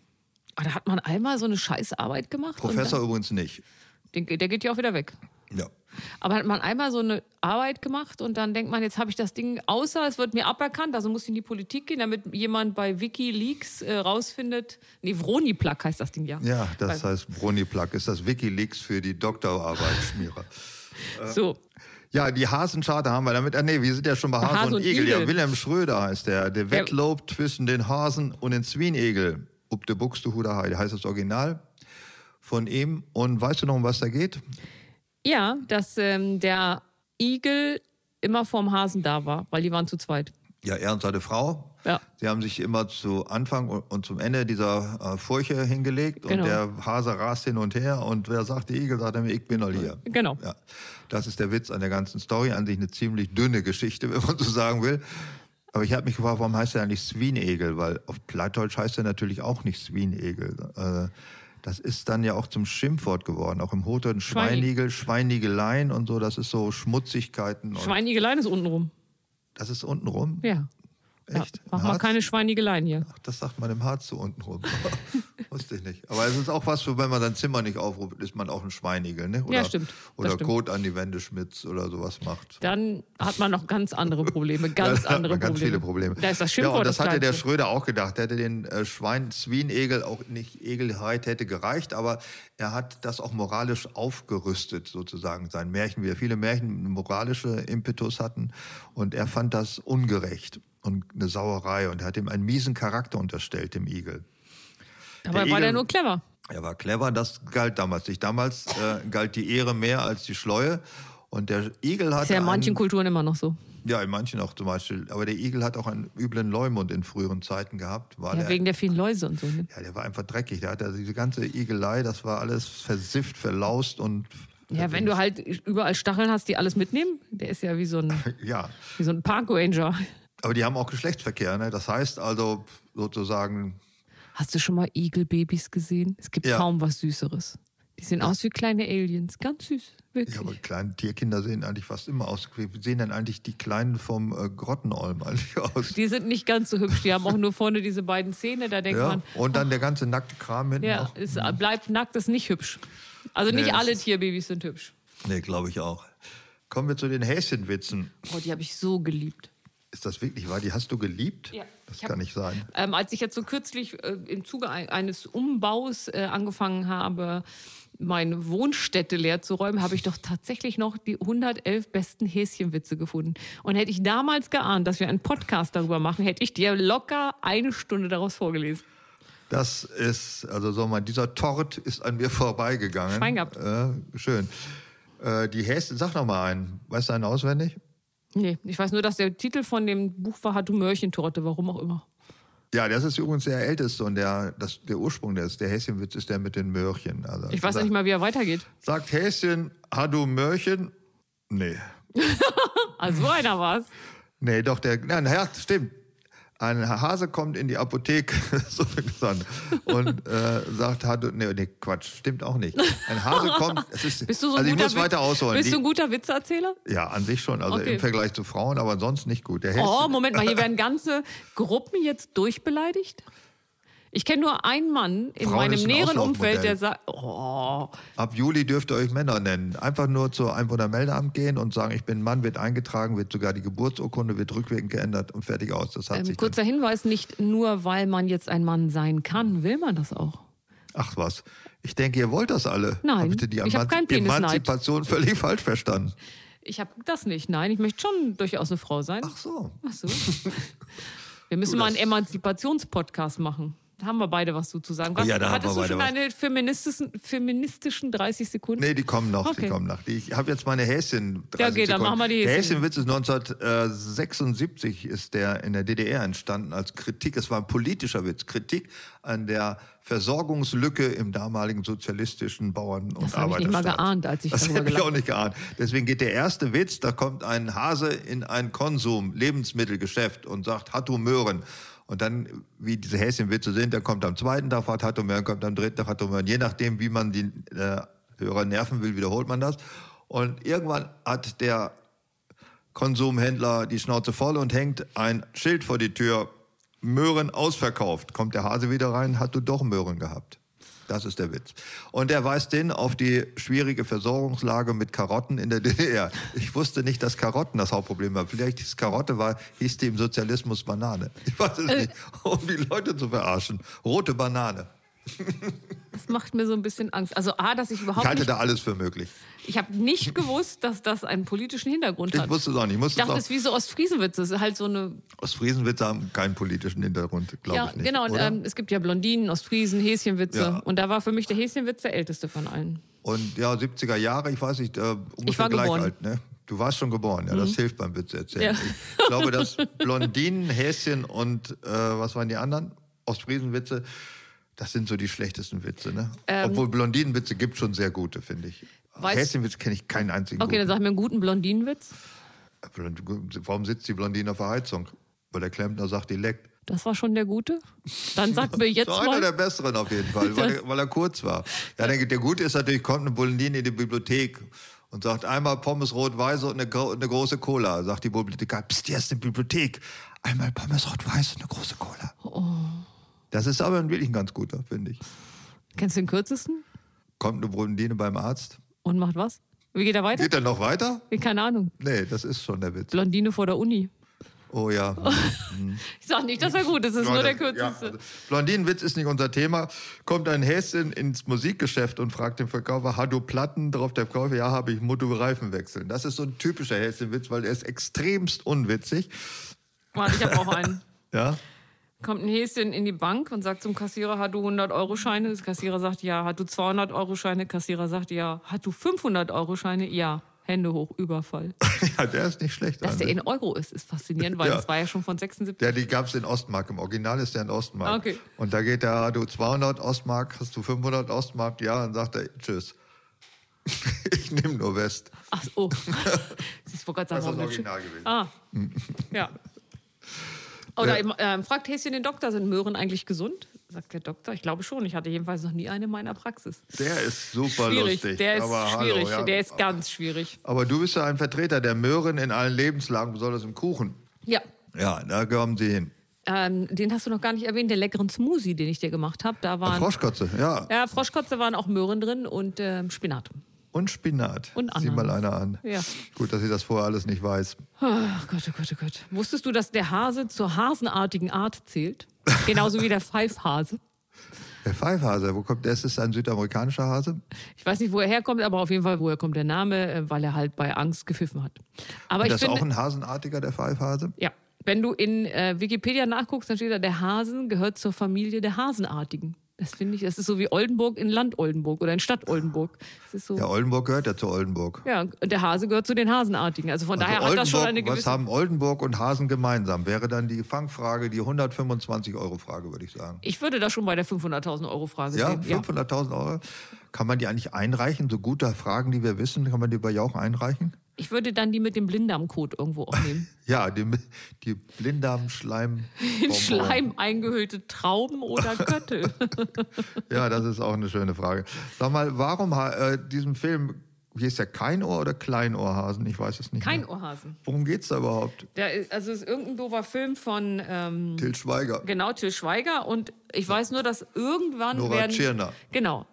C: Aber Ah, da hat man einmal so eine Scheißarbeit gemacht. und
B: Professor übrigens nicht.
C: dann, den, der geht ja auch wieder weg.
B: Ja.
C: Aber hat man einmal so eine Arbeit gemacht und dann denkt man, jetzt habe ich das Ding, außer es wird mir aberkannt, also muss ich in die Politik gehen, damit jemand bei Wikileaks äh, rausfindet, nee, Vroni-Plug heißt das Ding ja.
B: Ja, das heißt Bruniplug. Ist das Wikileaks für die Doktorarbeitsschmierer.
C: So,
B: Ja, die Hasenscharte haben wir damit. Ah, nee, wir sind ja schon bei Hase, und, Igel. Ja, Wilhelm Schröder heißt der. Der Wettlob zwischen den Hasen und den Zwienegel. Ob de Buxtehuder Heide heißt das Original von ihm. Und weißt du noch, um was da geht?
C: ja, dass ähm, der Igel immer vorm Hasen da war, weil die waren zu zweit.
B: Ja, er und seine Frau.
C: Ja.
B: Sie haben sich immer zu Anfang und und zum Ende dieser äh, Furche hingelegt
C: Genau.
B: und der Hase rast hin und her und wer sagt, der Igel sagt immer, ich bin noch hier.
C: Genau.
B: Ja. Das ist der Witz an der ganzen Story. An sich eine ziemlich dünne Geschichte, wenn man so sagen will. Aber ich habe mich gefragt, warum heißt er eigentlich Swinegel? Weil auf Plattdeutsch heißt er natürlich auch nicht Swinegel. Äh, das ist dann ja auch zum Schimpfwort geworden. Auch im Hotel Schweinigel, Schweinigelein und so. Das ist so Schmutzigkeiten. Und
C: Schweinigelein ist untenrum.
B: das ist untenrum.
C: Ja.
B: Echt?
C: Ja. Mach
B: Im
C: mal
B: Harz?
C: keine Schweinigeleien hier.
B: Ach, das sagt man im Harz so unten rum. Wusste ich nicht. Aber es ist auch was, für wenn man sein Zimmer nicht aufruft, ist man auch ein Schweinigel, ne? Oder,
C: stimmt. Das
B: Oder
C: stimmt.
B: Kot an die Wände schmitzt oder sowas macht.
C: Dann hat man noch ganz andere Probleme. Ganz
B: Da hat
C: andere
B: man ganz
C: Probleme.
B: viele Probleme.
C: Da ist das
B: ja,
C: Schimpfwort.
B: und das, hatte der
C: Kleinste.
B: Schröder auch gedacht. Der hätte den äh, Schwein Swinegel auch nicht Egelheit hätte gereicht, aber er hat das auch moralisch aufgerüstet sozusagen sein Märchen, wie ja viele Märchen einen moralische Impetus hatten und er fand das ungerecht und eine Sauerei und er hat ihm einen miesen Charakter unterstellt dem Igel.
C: Dabei
B: der
C: war der
B: Igel-
C: nur clever.
B: Er war clever, das galt damals nicht. Damals äh, galt die Ehre mehr als die Schleue. Und der Igel hat.
C: Ist ja in manchen
B: einen,
C: Kulturen immer noch so.
B: ja, in manchen auch zum Beispiel. Aber der Igel hat auch einen üblen Leumund in früheren Zeiten gehabt. War
C: Ja,
B: der,
C: wegen der vielen Läuse und so. Ne?
B: ja, der war einfach dreckig. Der hatte also diese ganze Igelei, das war alles versifft, verlaust und.
C: Ja, wenn du halt überall Stacheln hast, die alles mitnehmen, der ist ja wie so ein,
B: Ja.
C: wie so ein Park Ranger.
B: Aber die haben auch Geschlechtsverkehr, ne? Das heißt also sozusagen.
C: Hast du schon mal Igelbabys gesehen? Es gibt
B: Ja.
C: kaum was Süßeres. Die sehen aus wie kleine Aliens. Ganz süß, wirklich.
B: Ja, aber kleine Tierkinder sehen eigentlich fast immer aus. Wie sehen denn eigentlich die Kleinen vom äh, Grottenolm eigentlich aus?
C: die sind nicht ganz so hübsch. Die haben auch nur vorne diese beiden Zähne. Da denkt
B: Ja,
C: man,
B: und dann der ganze nackte Kram hinten
C: ja,
B: auch.
C: es bleibt nackt, ist nicht hübsch. Also
B: Nee,
C: nicht
B: das
C: alle
B: ist-
C: Tierbabys sind hübsch.
B: Nee, glaube ich auch. Kommen wir zu den Häschenwitzen.
C: Oh, die habe ich so geliebt.
B: Ist das wirklich wahr? Die hast du geliebt?
C: Ja,
B: Das
C: ich hab-
B: kann nicht sein.
C: Ähm, als ich jetzt so kürzlich äh, im Zuge ein, eines Umbaus äh, angefangen habe, meine Wohnstätte leer zu räumen, habe ich doch tatsächlich noch die 111 besten Häschenwitze gefunden. Und hätte ich damals geahnt, dass wir einen Podcast darüber machen, hätte ich dir locker eine Stunde daraus vorgelesen.
B: Das ist, also so mal, dieser Tort ist an mir vorbeigegangen.
C: Schwein gehabt.
B: Äh, schön. Äh, die Häschen, sag noch mal einen. Weißt du einen auswendig?
C: Nee, ich weiß nur, dass der Titel von dem Buch war Hat du Mörchentorte, warum auch immer.
B: Ja, das ist übrigens der älteste und der, das, der Ursprung des, der Häschenwitz ist der mit den Möhrchen. Also,
C: Ich weiß
B: sag-
C: nicht mal, wie er weitergeht.
B: Sagt Häschen, ha du Möhrchen? Nee.
C: Also so einer war's.
B: Nee, doch, der. Nein, ja, stimmt. Ein Hase kommt in die Apotheke so gesagt, und äh, sagt, hat, nee, nee, Quatsch, stimmt auch nicht. Ein Hase kommt, es ist,
C: Bist du so ein
B: also ich
C: guter
B: muss
C: Witz-
B: weiter ausholen.
C: Bist du ein
B: Die,
C: guter Witzeerzähler?
B: ja, an sich schon, also
C: Okay.
B: im Vergleich zu Frauen, aber sonst nicht gut. Der
C: Oh,
B: Hesse-
C: Moment mal, hier werden ganze Gruppen jetzt durchbeleidigt? Ich kenne nur einen Mann in
B: Frauen
C: meinem
B: ist ein
C: näheren
B: Auslaufmodell.
C: Umfeld, der sagt, oh,
B: Ab Juli dürft ihr euch Männer nennen. Einfach nur zu einem von der Meldeamt gehen und sagen, ich bin Mann, wird eingetragen, wird sogar die Geburtsurkunde, wird rückwirkend geändert und fertig aus. Das hat
C: ähm,
B: sich
C: kurzer Hinweis, nicht nur weil man jetzt ein Mann sein kann, will man das auch.
B: dann, ach was, ich denke, ihr wollt das alle.
C: Nein,
B: Habt ihr die
C: ich hab
B: Emanzi-
C: keinen Penisneid.
B: Emanzipation völlig falsch verstanden.
C: Ich habe das nicht. Nein, ich möchte schon durchaus eine Frau sein.
B: Ach so.
C: Ach so. Wir müssen mal einen Emanzipationspodcast machen. Da haben wir beide was so zu sagen. Was,
B: Ah Ja, da haben
C: hattest
B: wir
C: du schon
B: beide was.
C: deine feministischen, feministischen 30 Sekunden?
B: Nee, die kommen noch,
C: Okay.
B: die kommen noch. Die- Ich habe jetzt meine Häschen. 30
C: Ja, okay, dann
B: Sekunden.
C: machen wir die
B: Der
C: Häschen.
B: Häschenwitz ist 1976 ist der in der DDR entstanden als Kritik. Es war ein politischer Witz, Kritik an der Versorgungslücke im damaligen sozialistischen Bauern- und
C: Das habe ich nicht mal
B: Arbeiterstaat.
C: geahnt, als ich
B: das
C: darüber
B: habe ich
C: gelacht
B: auch nicht geahnt. Deswegen geht der erste Witz, da kommt ein Hase in ein Konsum, Lebensmittelgeschäft und sagt, Hattu Möhren. Und dann, wie diese Häschenwitze sind, dann kommt am zweiten Tag hat Hattu Möhren, kommt am dritten Tag Hattu Möhren. Je nachdem, wie man die äh, Hörer nerven will, wiederholt man das. Und irgendwann hat der Konsumhändler die Schnauze voll und hängt ein Schild vor die Tür. Möhren ausverkauft. Kommt der Hase wieder rein, hat du doch Möhren gehabt. Das ist der Witz. Und er weist den auf die schwierige Versorgungslage mit Karotten in der DDR. Ich wusste nicht, dass Karotten das Hauptproblem war. Vielleicht hieß Karotte war, hieß die im Sozialismus Banane. Ich weiß
C: Äh.
B: es nicht, um die Leute zu verarschen. Rote Banane.
C: Das macht mir so ein bisschen Angst. Also A, dass ich
B: Ich
C: überhaupt
B: halte
C: nicht,
B: da alles für möglich.
C: ich habe nicht gewusst, dass das einen politischen Hintergrund
B: Ich
C: hat.
B: wusste es auch nicht. Ich
C: Ich
B: musste es
C: dachte, es ist
B: auch,
C: wie so Ostfriesenwitze. Es ist halt so eine.
B: Ostfriesenwitze haben keinen politischen Hintergrund, glaube
C: Ja,
B: ich nicht.
C: genau. Und,
B: oder?
C: ähm, es gibt ja Blondinen, Ostfriesen, Häschenwitze.
B: Ja.
C: Und da war für mich der Häschenwitz der älteste von allen.
B: Und ja, 70er Jahre, ich weiß nicht, äh, ungefähr
C: war
B: gleich
C: geboren. Mhm.
B: alt, ne? Du warst schon geboren, ja, das hilft beim Witz erzählen.
C: Ja.
B: Ich glaube, dass Blondinen, Häschen und äh, was waren die anderen? Ostfriesenwitze, das sind so die schlechtesten Witze, ne? Obwohl Blondinenwitze gibt schon sehr gute, finde ich.
C: Ähm, Weiß-
B: Häschenwitz kenne ich keinen einzigen.
C: Okay,
B: guten.
C: dann sag mir einen guten Blondinenwitz.
B: Blond- Warum sitzt die Blondine auf der Heizung? Weil der Klempner sagt, die leckt.
C: Das war schon der gute. Dann sag mir jetzt
B: so einer der
C: mal.
B: besseren auf jeden Fall, weil, er- weil er kurz war. Ja, der, der Gute ist natürlich, kommt eine Blondine in die Bibliothek und sagt einmal Pommes rot-weiße und eine, gro- und eine große Cola. Sagt die Bibliothekar, pst, hier ist eine Bibliothek. Einmal Pommes rot-weiß und eine große Cola. Das ist aber wirklich ein ganz guter, finde ich.
C: Kennst du den kürzesten?
B: Kommt eine Blondine beim Arzt.
C: Und macht was? Wie geht er weiter?
B: Geht er noch weiter?
C: Keine Ahnung.
B: Nee, das ist schon der Witz.
C: Blondine vor der Uni.
B: Oh ja.
C: Ich sag nicht, dass er gut ist, es ist
B: Ja,
C: nur der
B: das-
C: kürzeste.
B: Ja, also Blondinenwitz ist nicht unser Thema. Kommt ein Häschen ins Musikgeschäft und fragt den Verkäufer, hast du Platten? Darauf der Verkäufer, ja, habe ich, Motto Reifen wechseln. Das ist so ein typischer Häschenwitz, weil er ist extremst unwitzig.
C: Warte, ich habe auch einen.
B: Ja,
C: Kommt ein Häschen in die Bank und sagt zum Kassierer, hat du 100-Euro-Scheine? Das Kassierer sagt ja. Hat du 200-Euro-Scheine? Kassierer sagt ja. Hat du 500-Euro-Scheine? Ja. Hände hoch, Überfall.
B: ja der ist nicht schlecht.
C: Dass der
B: eigentlich.
C: in Euro ist, ist faszinierend, weil
B: Ja.
C: das war ja schon von 76.
B: der, die gab es in Ostmark. Im Original ist der in Ostmark.
C: Okay.
B: Und da geht der, hast du 200 Ostmark, hast du 500 Ostmark? Ja, dann sagt er, tschüss. ich nehme nur West.
C: Ach, oh. Ich wollte gerade sagen,
B: Das ist das
C: warum nicht-
B: Original gewesen.
C: Ah, ja. Oder
B: Ja.
C: eben, ähm, fragt Häschen den Doktor, sind Möhren eigentlich gesund? Sagt der Doktor, ich glaube schon. Ich hatte jedenfalls noch nie eine in meiner Praxis.
B: Der ist super
C: Schwierig,
B: lustig.
C: der ist
B: aber hallo,
C: schwierig,
B: ja.
C: der ist ganz schwierig.
B: Aber du bist ja ein Vertreter der Möhren in allen Lebenslagen, besonders im Kuchen.
C: Ja,
B: Ja, da kommen sie hin.
C: ähm, den hast du noch gar nicht erwähnt, den leckeren Smoothie, den ich dir gemacht habe. Da waren
B: Froschkotze, ja.
C: ja, Froschkotze waren auch Möhren drin und ähm, Spinat.
B: Und Spinat.
C: Und
B: Sieh
C: Ananas.
B: mal einer an.
C: Ja.
B: Gut, dass ich das vorher alles nicht weiß.
C: Ach Gott, oh Gott, oh Gott. Wusstest du, dass der Hase zur hasenartigen Art zählt? Genauso wie der Pfeifhase.
B: Der Pfeifhase, wo kommt der? Ist es ein südamerikanischer Hase?
C: Ich weiß nicht, wo er herkommt, aber auf jeden Fall, woher kommt der Name, äh, weil er halt bei Angst gepfiffen hat. Aber ich
B: das ist
C: finde,
B: auch ein Hasenartiger, der Pfeifhase?
C: ja, wenn du in äh, Wikipedia nachguckst, dann steht da, der Hasen gehört zur Familie der Hasenartigen. Das finde ich, das ist so wie Oldenburg in Land Oldenburg oder in Stadt Oldenburg. Das ist so,
B: Ja,
C: ja,
B: Oldenburg gehört ja zu Oldenburg.
C: und der Hase gehört zu den Hasenartigen. Also von daher
B: Also
C: hat das schon
B: Oldenburg-
C: eine
B: was
C: gewisse.
B: haben Oldenburg und Hasen gemeinsam? Wäre dann die Fangfrage die 125-Euro-Frage, würde ich sagen.
C: Ich würde da schon bei der 500.000 Euro Frage
B: Ja,
C: sehen.
B: 500.000 Euro. Kann man die eigentlich einreichen? So gute Fragen, die wir wissen, kann man die bei Jauch einreichen?
C: Ich würde dann die mit dem Blinddarmcode irgendwo auch nehmen.
B: Ja, die, die Blinddarmschleim.
C: In Schleim eingehüllte Trauben oder Köttel.
B: Ja, das ist auch eine schöne Frage. Sag mal, warum ha- äh, diesem Film, hier ist ja Keinohr oder Kleinohrhasen? Ich weiß es nicht.
C: Kein
B: mehr.
C: Ohrhasen.
B: Worum geht's da überhaupt?
C: Der ist, also es ist irgendein doofer Film von ähm,
B: Til Schweiger.
C: genau Till Schweiger und ich weiß nur, dass irgendwann
B: Nora
C: werden
B: Tschirner.
C: genau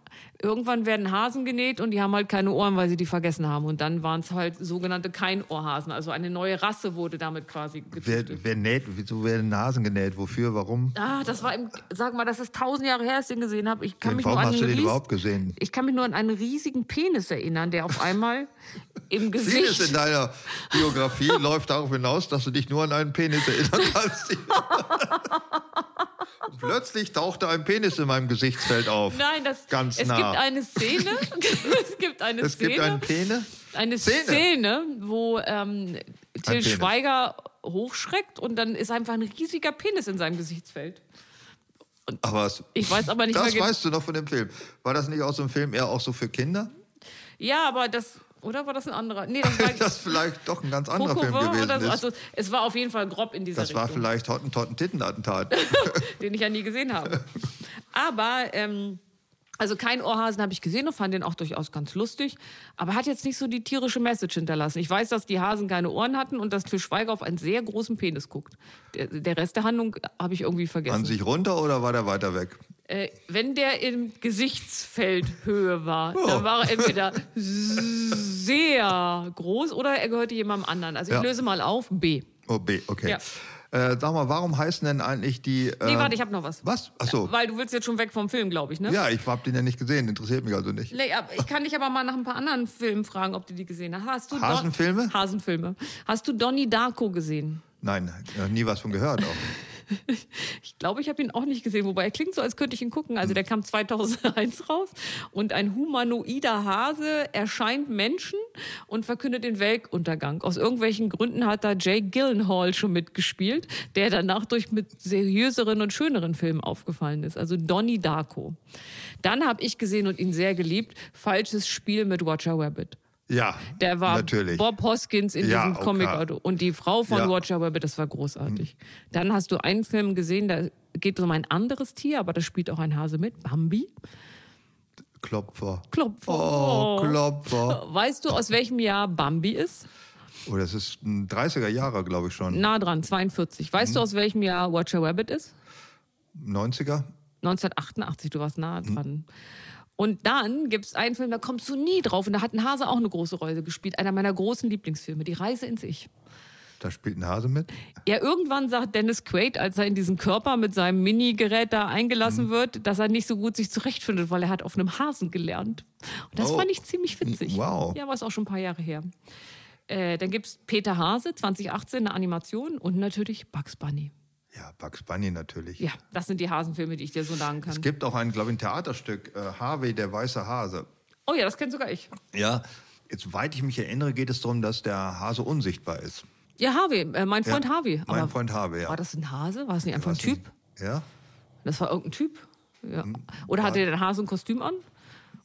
C: irgendwann werden Hasen genäht und die haben halt keine Ohren, weil sie die vergessen haben und dann waren es halt sogenannte Keinohrhasen, also eine neue Rasse wurde damit quasi
B: Wer,
C: gezüchtet.
B: wer näht, wieso werden Hasen genäht? Wofür, warum?
C: Ah, das war im, sag mal, das ist tausend Jahre her, dass ich den gesehen habe. Ich kann mich
B: Warum
C: nur an
B: hast du
C: einen
B: den
C: ries-
B: überhaupt gesehen?
C: Ich kann mich nur an einen riesigen Penis erinnern, der auf einmal im
B: Vieles in
C: Gesicht.
B: deiner Biografie läuft darauf hinaus, dass du dich nur an einen Penis erinnern kannst. Und Plötzlich tauchte ein Penis in meinem Gesichtsfeld auf.
C: Nein, das
B: Ganz
C: es
B: nah.
C: gibt eine Szene. es gibt eine
B: es
C: Szene.
B: gibt einen Penis.
C: eine
B: Szene.
C: Szene, wo ähm, Till
B: Penis.
C: Schweiger hochschreckt und dann ist einfach ein riesiger Penis in seinem Gesichtsfeld.
B: Aber es,
C: Ich weiß aber nicht
B: das
C: mehr gen-
B: weißt du noch von dem Film. War das nicht aus dem Film eher auch so für Kinder?
C: Ja, aber das oder war das ein anderer? Nee, das war
B: das vielleicht doch ein ganz anderer
C: Coco
B: Film
C: Wurm
B: gewesen
C: oder so.
B: ist.
C: Also es war auf jeden Fall grob in dieser
B: das war
C: Richtung,
B: vielleicht Hottentotten-Titten-Attentat.
C: den ich ja nie gesehen habe. Aber ähm, also kein Ohrhasen habe ich gesehen und fand den auch durchaus ganz lustig, aber hat jetzt nicht so die tierische Message hinterlassen. Ich weiß, dass die Hasen keine Ohren hatten und dass Till Schweiger auf einen sehr großen Penis guckt. Der, der Rest der Handlung habe ich irgendwie vergessen.
B: An sich runter oder war der weiter weg?
C: Äh, wenn der in Gesichtsfeldhöhe war, dann war er entweder sehr groß oder er gehörte jemandem anderen. Also ich
B: Ja.
C: löse mal auf B.
B: Oh, B, okay.
C: Ja.
B: Äh, sag mal, warum heißen denn eigentlich die...
C: Nee,
B: ähm,
C: warte, ich habe noch was.
B: Was? Achso.
C: Weil du willst jetzt schon weg vom Film, glaube ich, ne?
B: Ja, ich hab den ja nicht gesehen, interessiert mich also nicht.
C: Nee, ab- Ich kann dich aber mal nach ein paar anderen Filmen fragen, ob du die gesehen hast. hast du Don-
B: Hasenfilme?
C: Hasenfilme. Hast du Donnie Darko gesehen?
B: Nein, noch nie was von gehört. Auch.
C: Ich glaube, ich habe ihn auch nicht gesehen, wobei er klingt so, als könnte ich ihn gucken. Also der kam 2001 raus und ein humanoider Hase erscheint Menschen und verkündet den Weltuntergang. Aus irgendwelchen Gründen hat da Jay Gyllenhaal schon mitgespielt, der danach durch mit seriöseren und schöneren Filmen aufgefallen ist. Also Donnie Darko. Dann habe ich gesehen und ihn sehr geliebt, Falsches Spiel mit Roger Rabbit.
B: Ja,
C: Der war
B: natürlich.
C: Bob Hoskins in
B: Ja,
C: diesem
B: okay.
C: Comic. Und die Frau von
B: Ja.
C: Roger Rabbit, das war großartig. Dann hast du einen Film gesehen, da geht es um ein anderes Tier, aber da spielt auch ein Hase mit, Bambi.
B: Klopfer.
C: Klopfer.
B: Oh, Klopfer.
C: Weißt du, aus welchem Jahr Bambi ist?
B: Oh, das ist ein 30er Jahre, glaube ich schon.
C: Nah dran, 42. Weißt
B: Mhm.
C: du, aus welchem Jahr Roger Rabbit ist?
B: 90er?
C: 1988, du warst nah
B: Mhm.
C: dran. Und dann gibt es einen Film, da kommst du nie drauf. Und da hat ein Hase auch eine große Rolle gespielt. Einer meiner großen Lieblingsfilme, Die Reise ins Ich.
B: Da spielt ein Hase mit.
C: Ja, irgendwann sagt Dennis Quaid, als er in diesem Körper mit seinem Minigerät da
B: Mhm.
C: eingelassen wird, dass er nicht so gut sich zurechtfindet, weil er hat auf einem Hasen gelernt. Und das
B: Oh.
C: fand ich ziemlich witzig.
B: Wow.
C: Ja, war es auch schon ein paar Jahre her. Äh, dann gibt es Peter Hase, 2018, eine Animation und natürlich Bugs Bunny.
B: Ja, Bugs Bunny natürlich.
C: Ja, das sind die Hasenfilme, die ich dir so sagen kann.
B: Es gibt auch ein, glaube ich, ein Theaterstück, äh, Harvey, der weiße Hase.
C: Oh ja, das kennt sogar ich.
B: Ja, jetzt, weit ich mich erinnere, geht es darum, dass der Hase unsichtbar ist.
C: Ja, Harvey, äh, mein Freund
B: Ja,
C: Harvey.
B: mein Freund Harvey, ja.
C: War das ein Hase? War es nicht einfach ein
B: Weiß
C: Typ?
B: nicht. Ja?
C: Das war irgendein Typ. Ja.
B: Hm,
C: Oder hatte der ein Hasenkostüm an?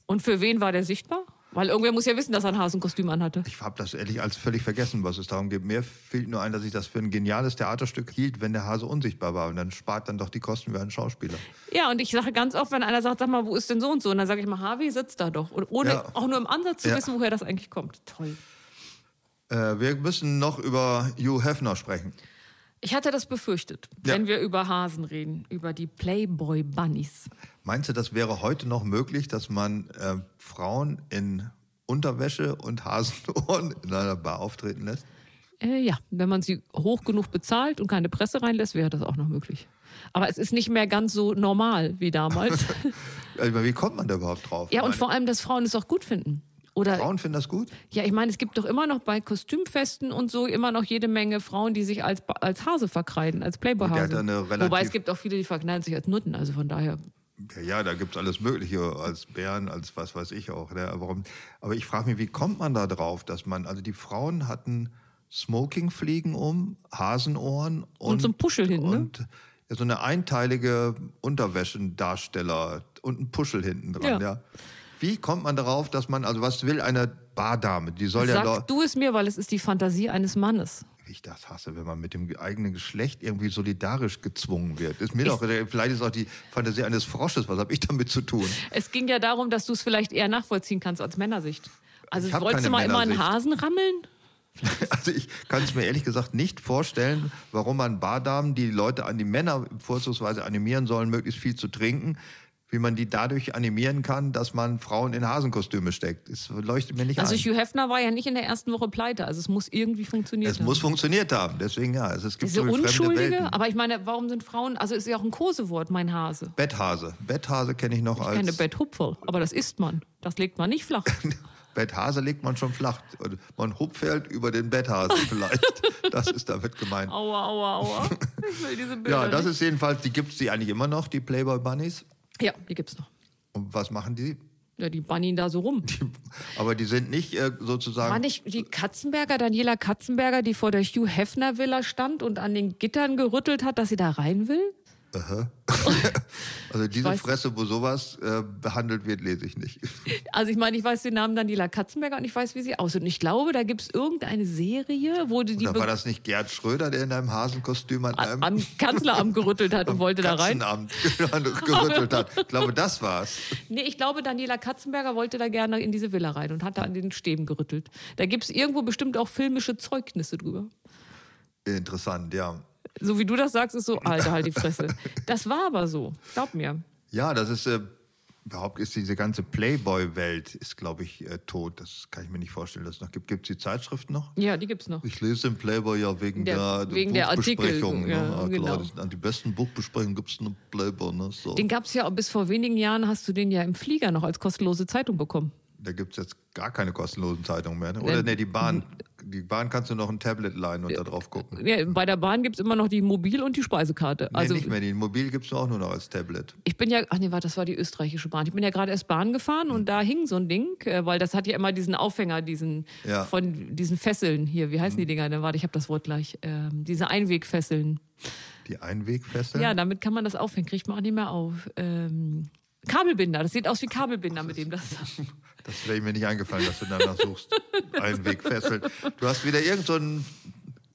C: Und für wen war der sichtbar? Weil irgendwer muss ja wissen, dass er ein Hasenkostüm anhatte.
B: Ich habe das ehrlich als völlig vergessen, was es darum geht. Mir fehlt nur ein, dass ich das für ein geniales Theaterstück hielt, wenn der Hase unsichtbar war. Und dann spart dann doch die Kosten für einen Schauspieler.
C: Ja, und ich sage ganz oft, wenn einer sagt, sag mal, wo ist denn so und so? Und dann sage ich mal, Harvey sitzt da doch. Und ohne
B: Ja.
C: auch nur im Ansatz zu
B: Ja.
C: wissen, woher das eigentlich kommt. Toll.
B: Äh, wir müssen noch über Hugh Hefner sprechen.
C: Ich hatte das befürchtet,
B: Ja.
C: wenn wir über Hasen reden, über die Playboy Bunnies.
B: Meinst du, das wäre heute noch möglich, dass man äh, Frauen in Unterwäsche und Hasenohren in einer Bar auftreten lässt?
C: Äh, ja, wenn man sie hoch genug bezahlt und keine Presse reinlässt, wäre das auch noch möglich. Aber es ist nicht mehr ganz so normal wie damals.
B: Also, ich meine, wie kommt man da überhaupt drauf?
C: ja, und
B: Ich meine,
C: vor allem, dass Frauen es auch gut finden. Oder
B: Frauen finden das gut?
C: Ja, ich meine, es gibt doch immer noch bei Kostümfesten und so immer noch jede Menge Frauen, die sich als, als Hase verkreiden, als
B: Der hat ja eine
C: Playboy-Hase.
B: relativ-
C: Wobei es gibt auch viele, die verkleiden sich als Nutten. Also von daher,
B: Ja, ja da gibt es alles Mögliche, als Bären, als was weiß ich auch. Ne? Warum? Aber ich frage mich, wie kommt man da drauf, dass man, also die Frauen hatten Smokingfliegen um, Hasenohren und,
C: so ein Puschel hinten, ne?
B: Und ja, so eine einteilige Unterwäschendarsteller und ein Puschel hinten dran,
C: Ja.
B: ja. Wie kommt man darauf, dass man, also was will eine Bardame? Die soll ja
C: sag
B: doch.
C: du es mir, weil es ist die Fantasie eines Mannes.
B: Ich das hasse, wenn man mit dem eigenen Geschlecht irgendwie solidarisch gezwungen wird. Ist mir
C: Ich-
B: doch, vielleicht ist auch die Fantasie eines Frosches, was habe ich damit zu tun?
C: Es ging ja darum, dass du es vielleicht eher nachvollziehen kannst als Männersicht. Also
B: Ich hab
C: wolltest du
B: keine
C: mal immer einen
B: Männersicht.
C: Hasen rammeln?
B: Also ich kann es mir ehrlich gesagt nicht vorstellen, warum man Bardamen, die Leute an die Männer vorzugsweise animieren sollen, möglichst viel zu trinken, wie man die dadurch animieren kann, dass man Frauen in Hasenkostüme steckt. Es leuchtet mir nicht
C: Also
B: ein.
C: Hugh Hefner war ja nicht in der ersten Woche pleite. Also es muss irgendwie funktioniert
B: Es
C: haben.
B: muss funktioniert haben. Deswegen ja, es, es gibt so
C: Diese
B: viele fremde
C: Unschuldige,
B: Welten.
C: aber ich meine, warum sind Frauen, also ist ja auch ein Kosewort, mein Hase.
B: Betthase. Betthase kenne ich noch als
C: Keine Betthupferl, aber das isst man. Das legt man nicht flach.
B: Betthase legt man schon flach. Und Man hupfelt über den Betthasen vielleicht. das ist damit gemeint.
C: Aua, aua, aua. Ich will diese Bilder.
B: Ja, das
C: nicht.
B: ist jedenfalls, die gibt es die eigentlich immer noch, die Playboy Bunnies.
C: Ja, die gibt's noch.
B: Und was machen die?
C: Ja, die bannien da so rum.
B: Aber die sind nicht äh, sozusagen.
C: War nicht die Katzenberger, Daniela Katzenberger, die vor der Hugh Hefner Villa stand und an den Gittern gerüttelt hat, dass sie da rein will?
B: also diese
C: weiß-
B: Fresse, wo sowas äh, behandelt wird, lese ich nicht.
C: Also ich meine, ich weiß den Namen Daniela Katzenberger und ich weiß, wie sie aussieht. Und ich glaube, da gibt's irgendeine Serie, wo die, die
B: Da war
C: Be-
B: das nicht Gerd Schröder, der in einem Hasenkostüm an
C: a-
B: einem
C: am Kanzleramt gerüttelt hat und wollte da rein.
B: Katzenamt gerüttelt hat. Ich glaube, das war's.
C: Nee, ich glaube, Daniela Katzenberger wollte da gerne in diese Villa rein und hat da an den Stäben gerüttelt. Da gibt's irgendwo bestimmt auch filmische Zeugnisse drüber.
B: Interessant, ja.
C: so wie du das sagst, ist so, Alter, halt die Fresse. Das war aber so, glaub mir.
B: Ja, das ist äh, überhaupt ist diese ganze Playboy-Welt ist, glaube ich, äh, tot. Das kann ich mir nicht vorstellen, dass es noch gibt. Gibt es die Zeitschrift noch?
C: Ja, die gibt's noch.
B: Ich lese den Playboy ja wegen
C: Der-
B: der, äh,
C: wegen der Artikel,
B: Buchbesprechung. ne?
C: ja,
B: Ah,
C: genau.
B: klar, das- An die besten Buchbesprechungen gibt es einen Playboy. Ne? So.
C: Den gab's ja auch bis vor wenigen Jahren, hast du den ja im Flieger noch als kostenlose Zeitung bekommen.
B: Da gibt es jetzt gar keine kostenlosen Zeitungen mehr. Ne? Oder
C: Ähm,
B: ne, die Bahn die Bahn kannst du noch ein Tablet leihen und da drauf gucken.
C: Ja, bei der Bahn gibt es immer noch die Mobil- und die Speisekarte.
B: Also,
C: Also
B: nee, nicht mehr. Die Mobil gibst du auch nur noch als Tablet.
C: ich bin ja, ach nee, warte, das war die österreichische Bahn. Ich bin ja gerade erst Bahn gefahren
B: Hm.
C: und da hing so ein Ding, äh, weil das hat ja immer diesen Aufhänger, diesen
B: Ja. Hm.
C: von diesen Fesseln hier. Wie heißen die Dinger? Ne, warte, ich habe das Wort gleich. Ähm, diese Einwegfesseln.
B: Die Einwegfessel?
C: Ja, damit kann man das aufhängen, kriegt man auch nicht mehr auf. Ähm, Kabelbinder, das sieht aus wie Kabelbinder mit dem das.
B: Das wäre mir nicht eingefallen, dass du danach suchst. Einwegfessel. Du hast wieder irgendeinen so einen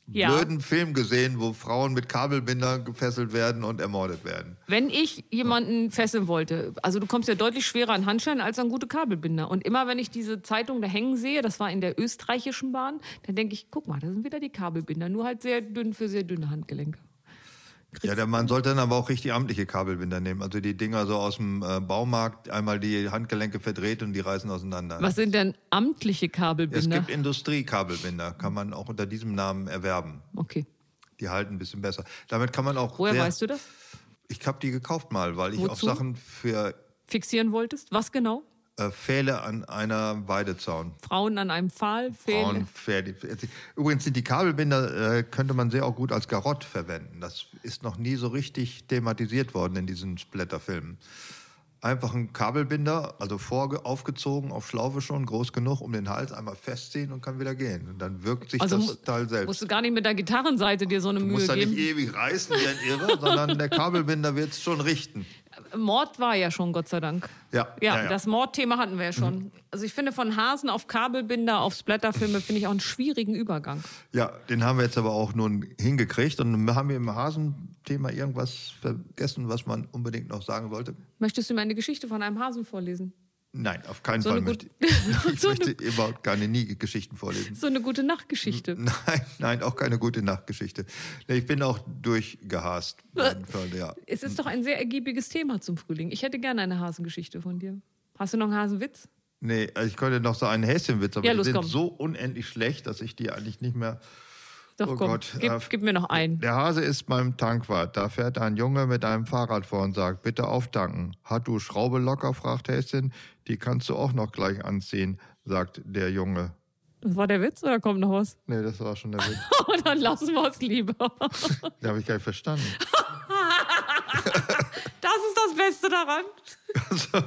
C: Ja.
B: blöden Film gesehen, wo Frauen mit Kabelbindern gefesselt werden und ermordet werden.
C: Wenn ich jemanden fesseln wollte, also du kommst ja deutlich schwerer an Handschellen als an gute Kabelbinder. Und immer wenn ich diese Zeitung da hängen sehe, das war in der österreichischen Bahn, dann denke ich, guck mal, das sind wieder die Kabelbinder, nur halt sehr dünn für sehr dünne Handgelenke.
B: Ja, der Mann sollte dann aber auch richtig amtliche Kabelbinder nehmen. Also die Dinger so aus dem äh, Baumarkt, einmal die Handgelenke verdreht und die reißen auseinander.
C: Was sind denn amtliche
B: Es
C: Kabelbinder?
B: gibt Industriekabelbinder, kann man auch unter diesem Namen erwerben.
C: Okay.
B: Die halten ein bisschen besser. Damit kann man auch.
C: Woher
B: sehr,
C: weißt du das?
B: Ich habe die gekauft mal, weil ich auch
C: Wozu?
B: Sachen für
C: Fixieren wolltest? Was genau?
B: äh, Pfähle an einer Weidezaun.
C: Frauen an einem Pfahl? Pfähle?
B: Frauen, Pferde. Übrigens sind äh, die Kabelbinder, äh, könnte man sehr auch gut als Garott verwenden. Das ist noch nie so richtig thematisiert worden in diesen Splatterfilmen. Einfach ein Kabelbinder, also vorge aufgezogen, auf Schlaufe schon, groß genug, um den Hals einmal festziehen und kann wieder gehen. Und dann wirkt sich
C: Also mu-
B: das Teil selbst.
C: Musst du gar nicht mit der Gitarrenseite dir so eine
B: Du
C: Mühe
B: musst da nicht
C: geben.
B: ewig reißen wie ein Irrer, sondern der Kabelbinder wird es schon richten.
C: Mord war ja schon, Gott sei Dank.
B: Ja,
C: Ja,
B: ja, Mhm. ja.
C: das Mordthema hatten wir ja schon. Also ich finde von Hasen auf Kabelbinder auf Splatterfilme finde ich auch einen schwierigen Übergang.
B: Ja, den haben wir jetzt aber auch nun hingekriegt und haben wir im Hasenthema irgendwas vergessen, was man unbedingt noch sagen wollte?
C: Möchtest du mir eine Geschichte von einem Hasen vorlesen?
B: Nein, auf keinen
C: So
B: Fall
C: eine
B: möchte
C: gut-
B: ich.
C: So eine-
B: möchte überhaupt keine nie Geschichten vorlesen.
C: So eine gute Nachtgeschichte.
B: Nein, nein, auch keine gute Nachtgeschichte. Nee, Ich bin auch durchgehasst. ja.
C: Es ist doch ein sehr ergiebiges Thema zum Frühling. Ich hätte gerne eine Hasengeschichte von dir. Hast du noch einen Hasenwitz?
B: Nee, also ich könnte noch so einen Häschenwitz, aber
C: Ja,
B: die
C: los,
B: sind
C: komm.
B: so unendlich schlecht, dass ich die eigentlich nicht mehr
C: Doch,
B: Oh
C: komm,
B: Gott,
C: gib,
B: äh,
C: gib mir noch einen.
B: Der Hase ist beim Tankwart. Da fährt ein Junge mit einem Fahrrad vor und sagt, bitte auftanken. Hat du Schraube locker? fragt Häschen. Die kannst du auch noch gleich anziehen, sagt der Junge.
C: Das war der Witz oder kommt noch was?
B: Nee, das war schon der Witz.
C: Und dann lassen wir es lieber. Das
B: Den habe ich gar nicht verstanden.
C: ist das Beste daran.
B: Also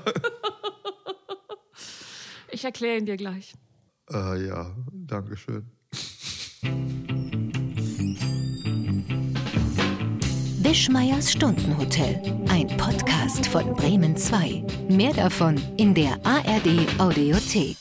C: Ich erkläre ihn dir gleich.
B: Äh, ja, danke schön.
A: Wischmeiers Stundenhotel. Ein Podcast von Bremen 2. Mehr davon in der ARD Audiothek.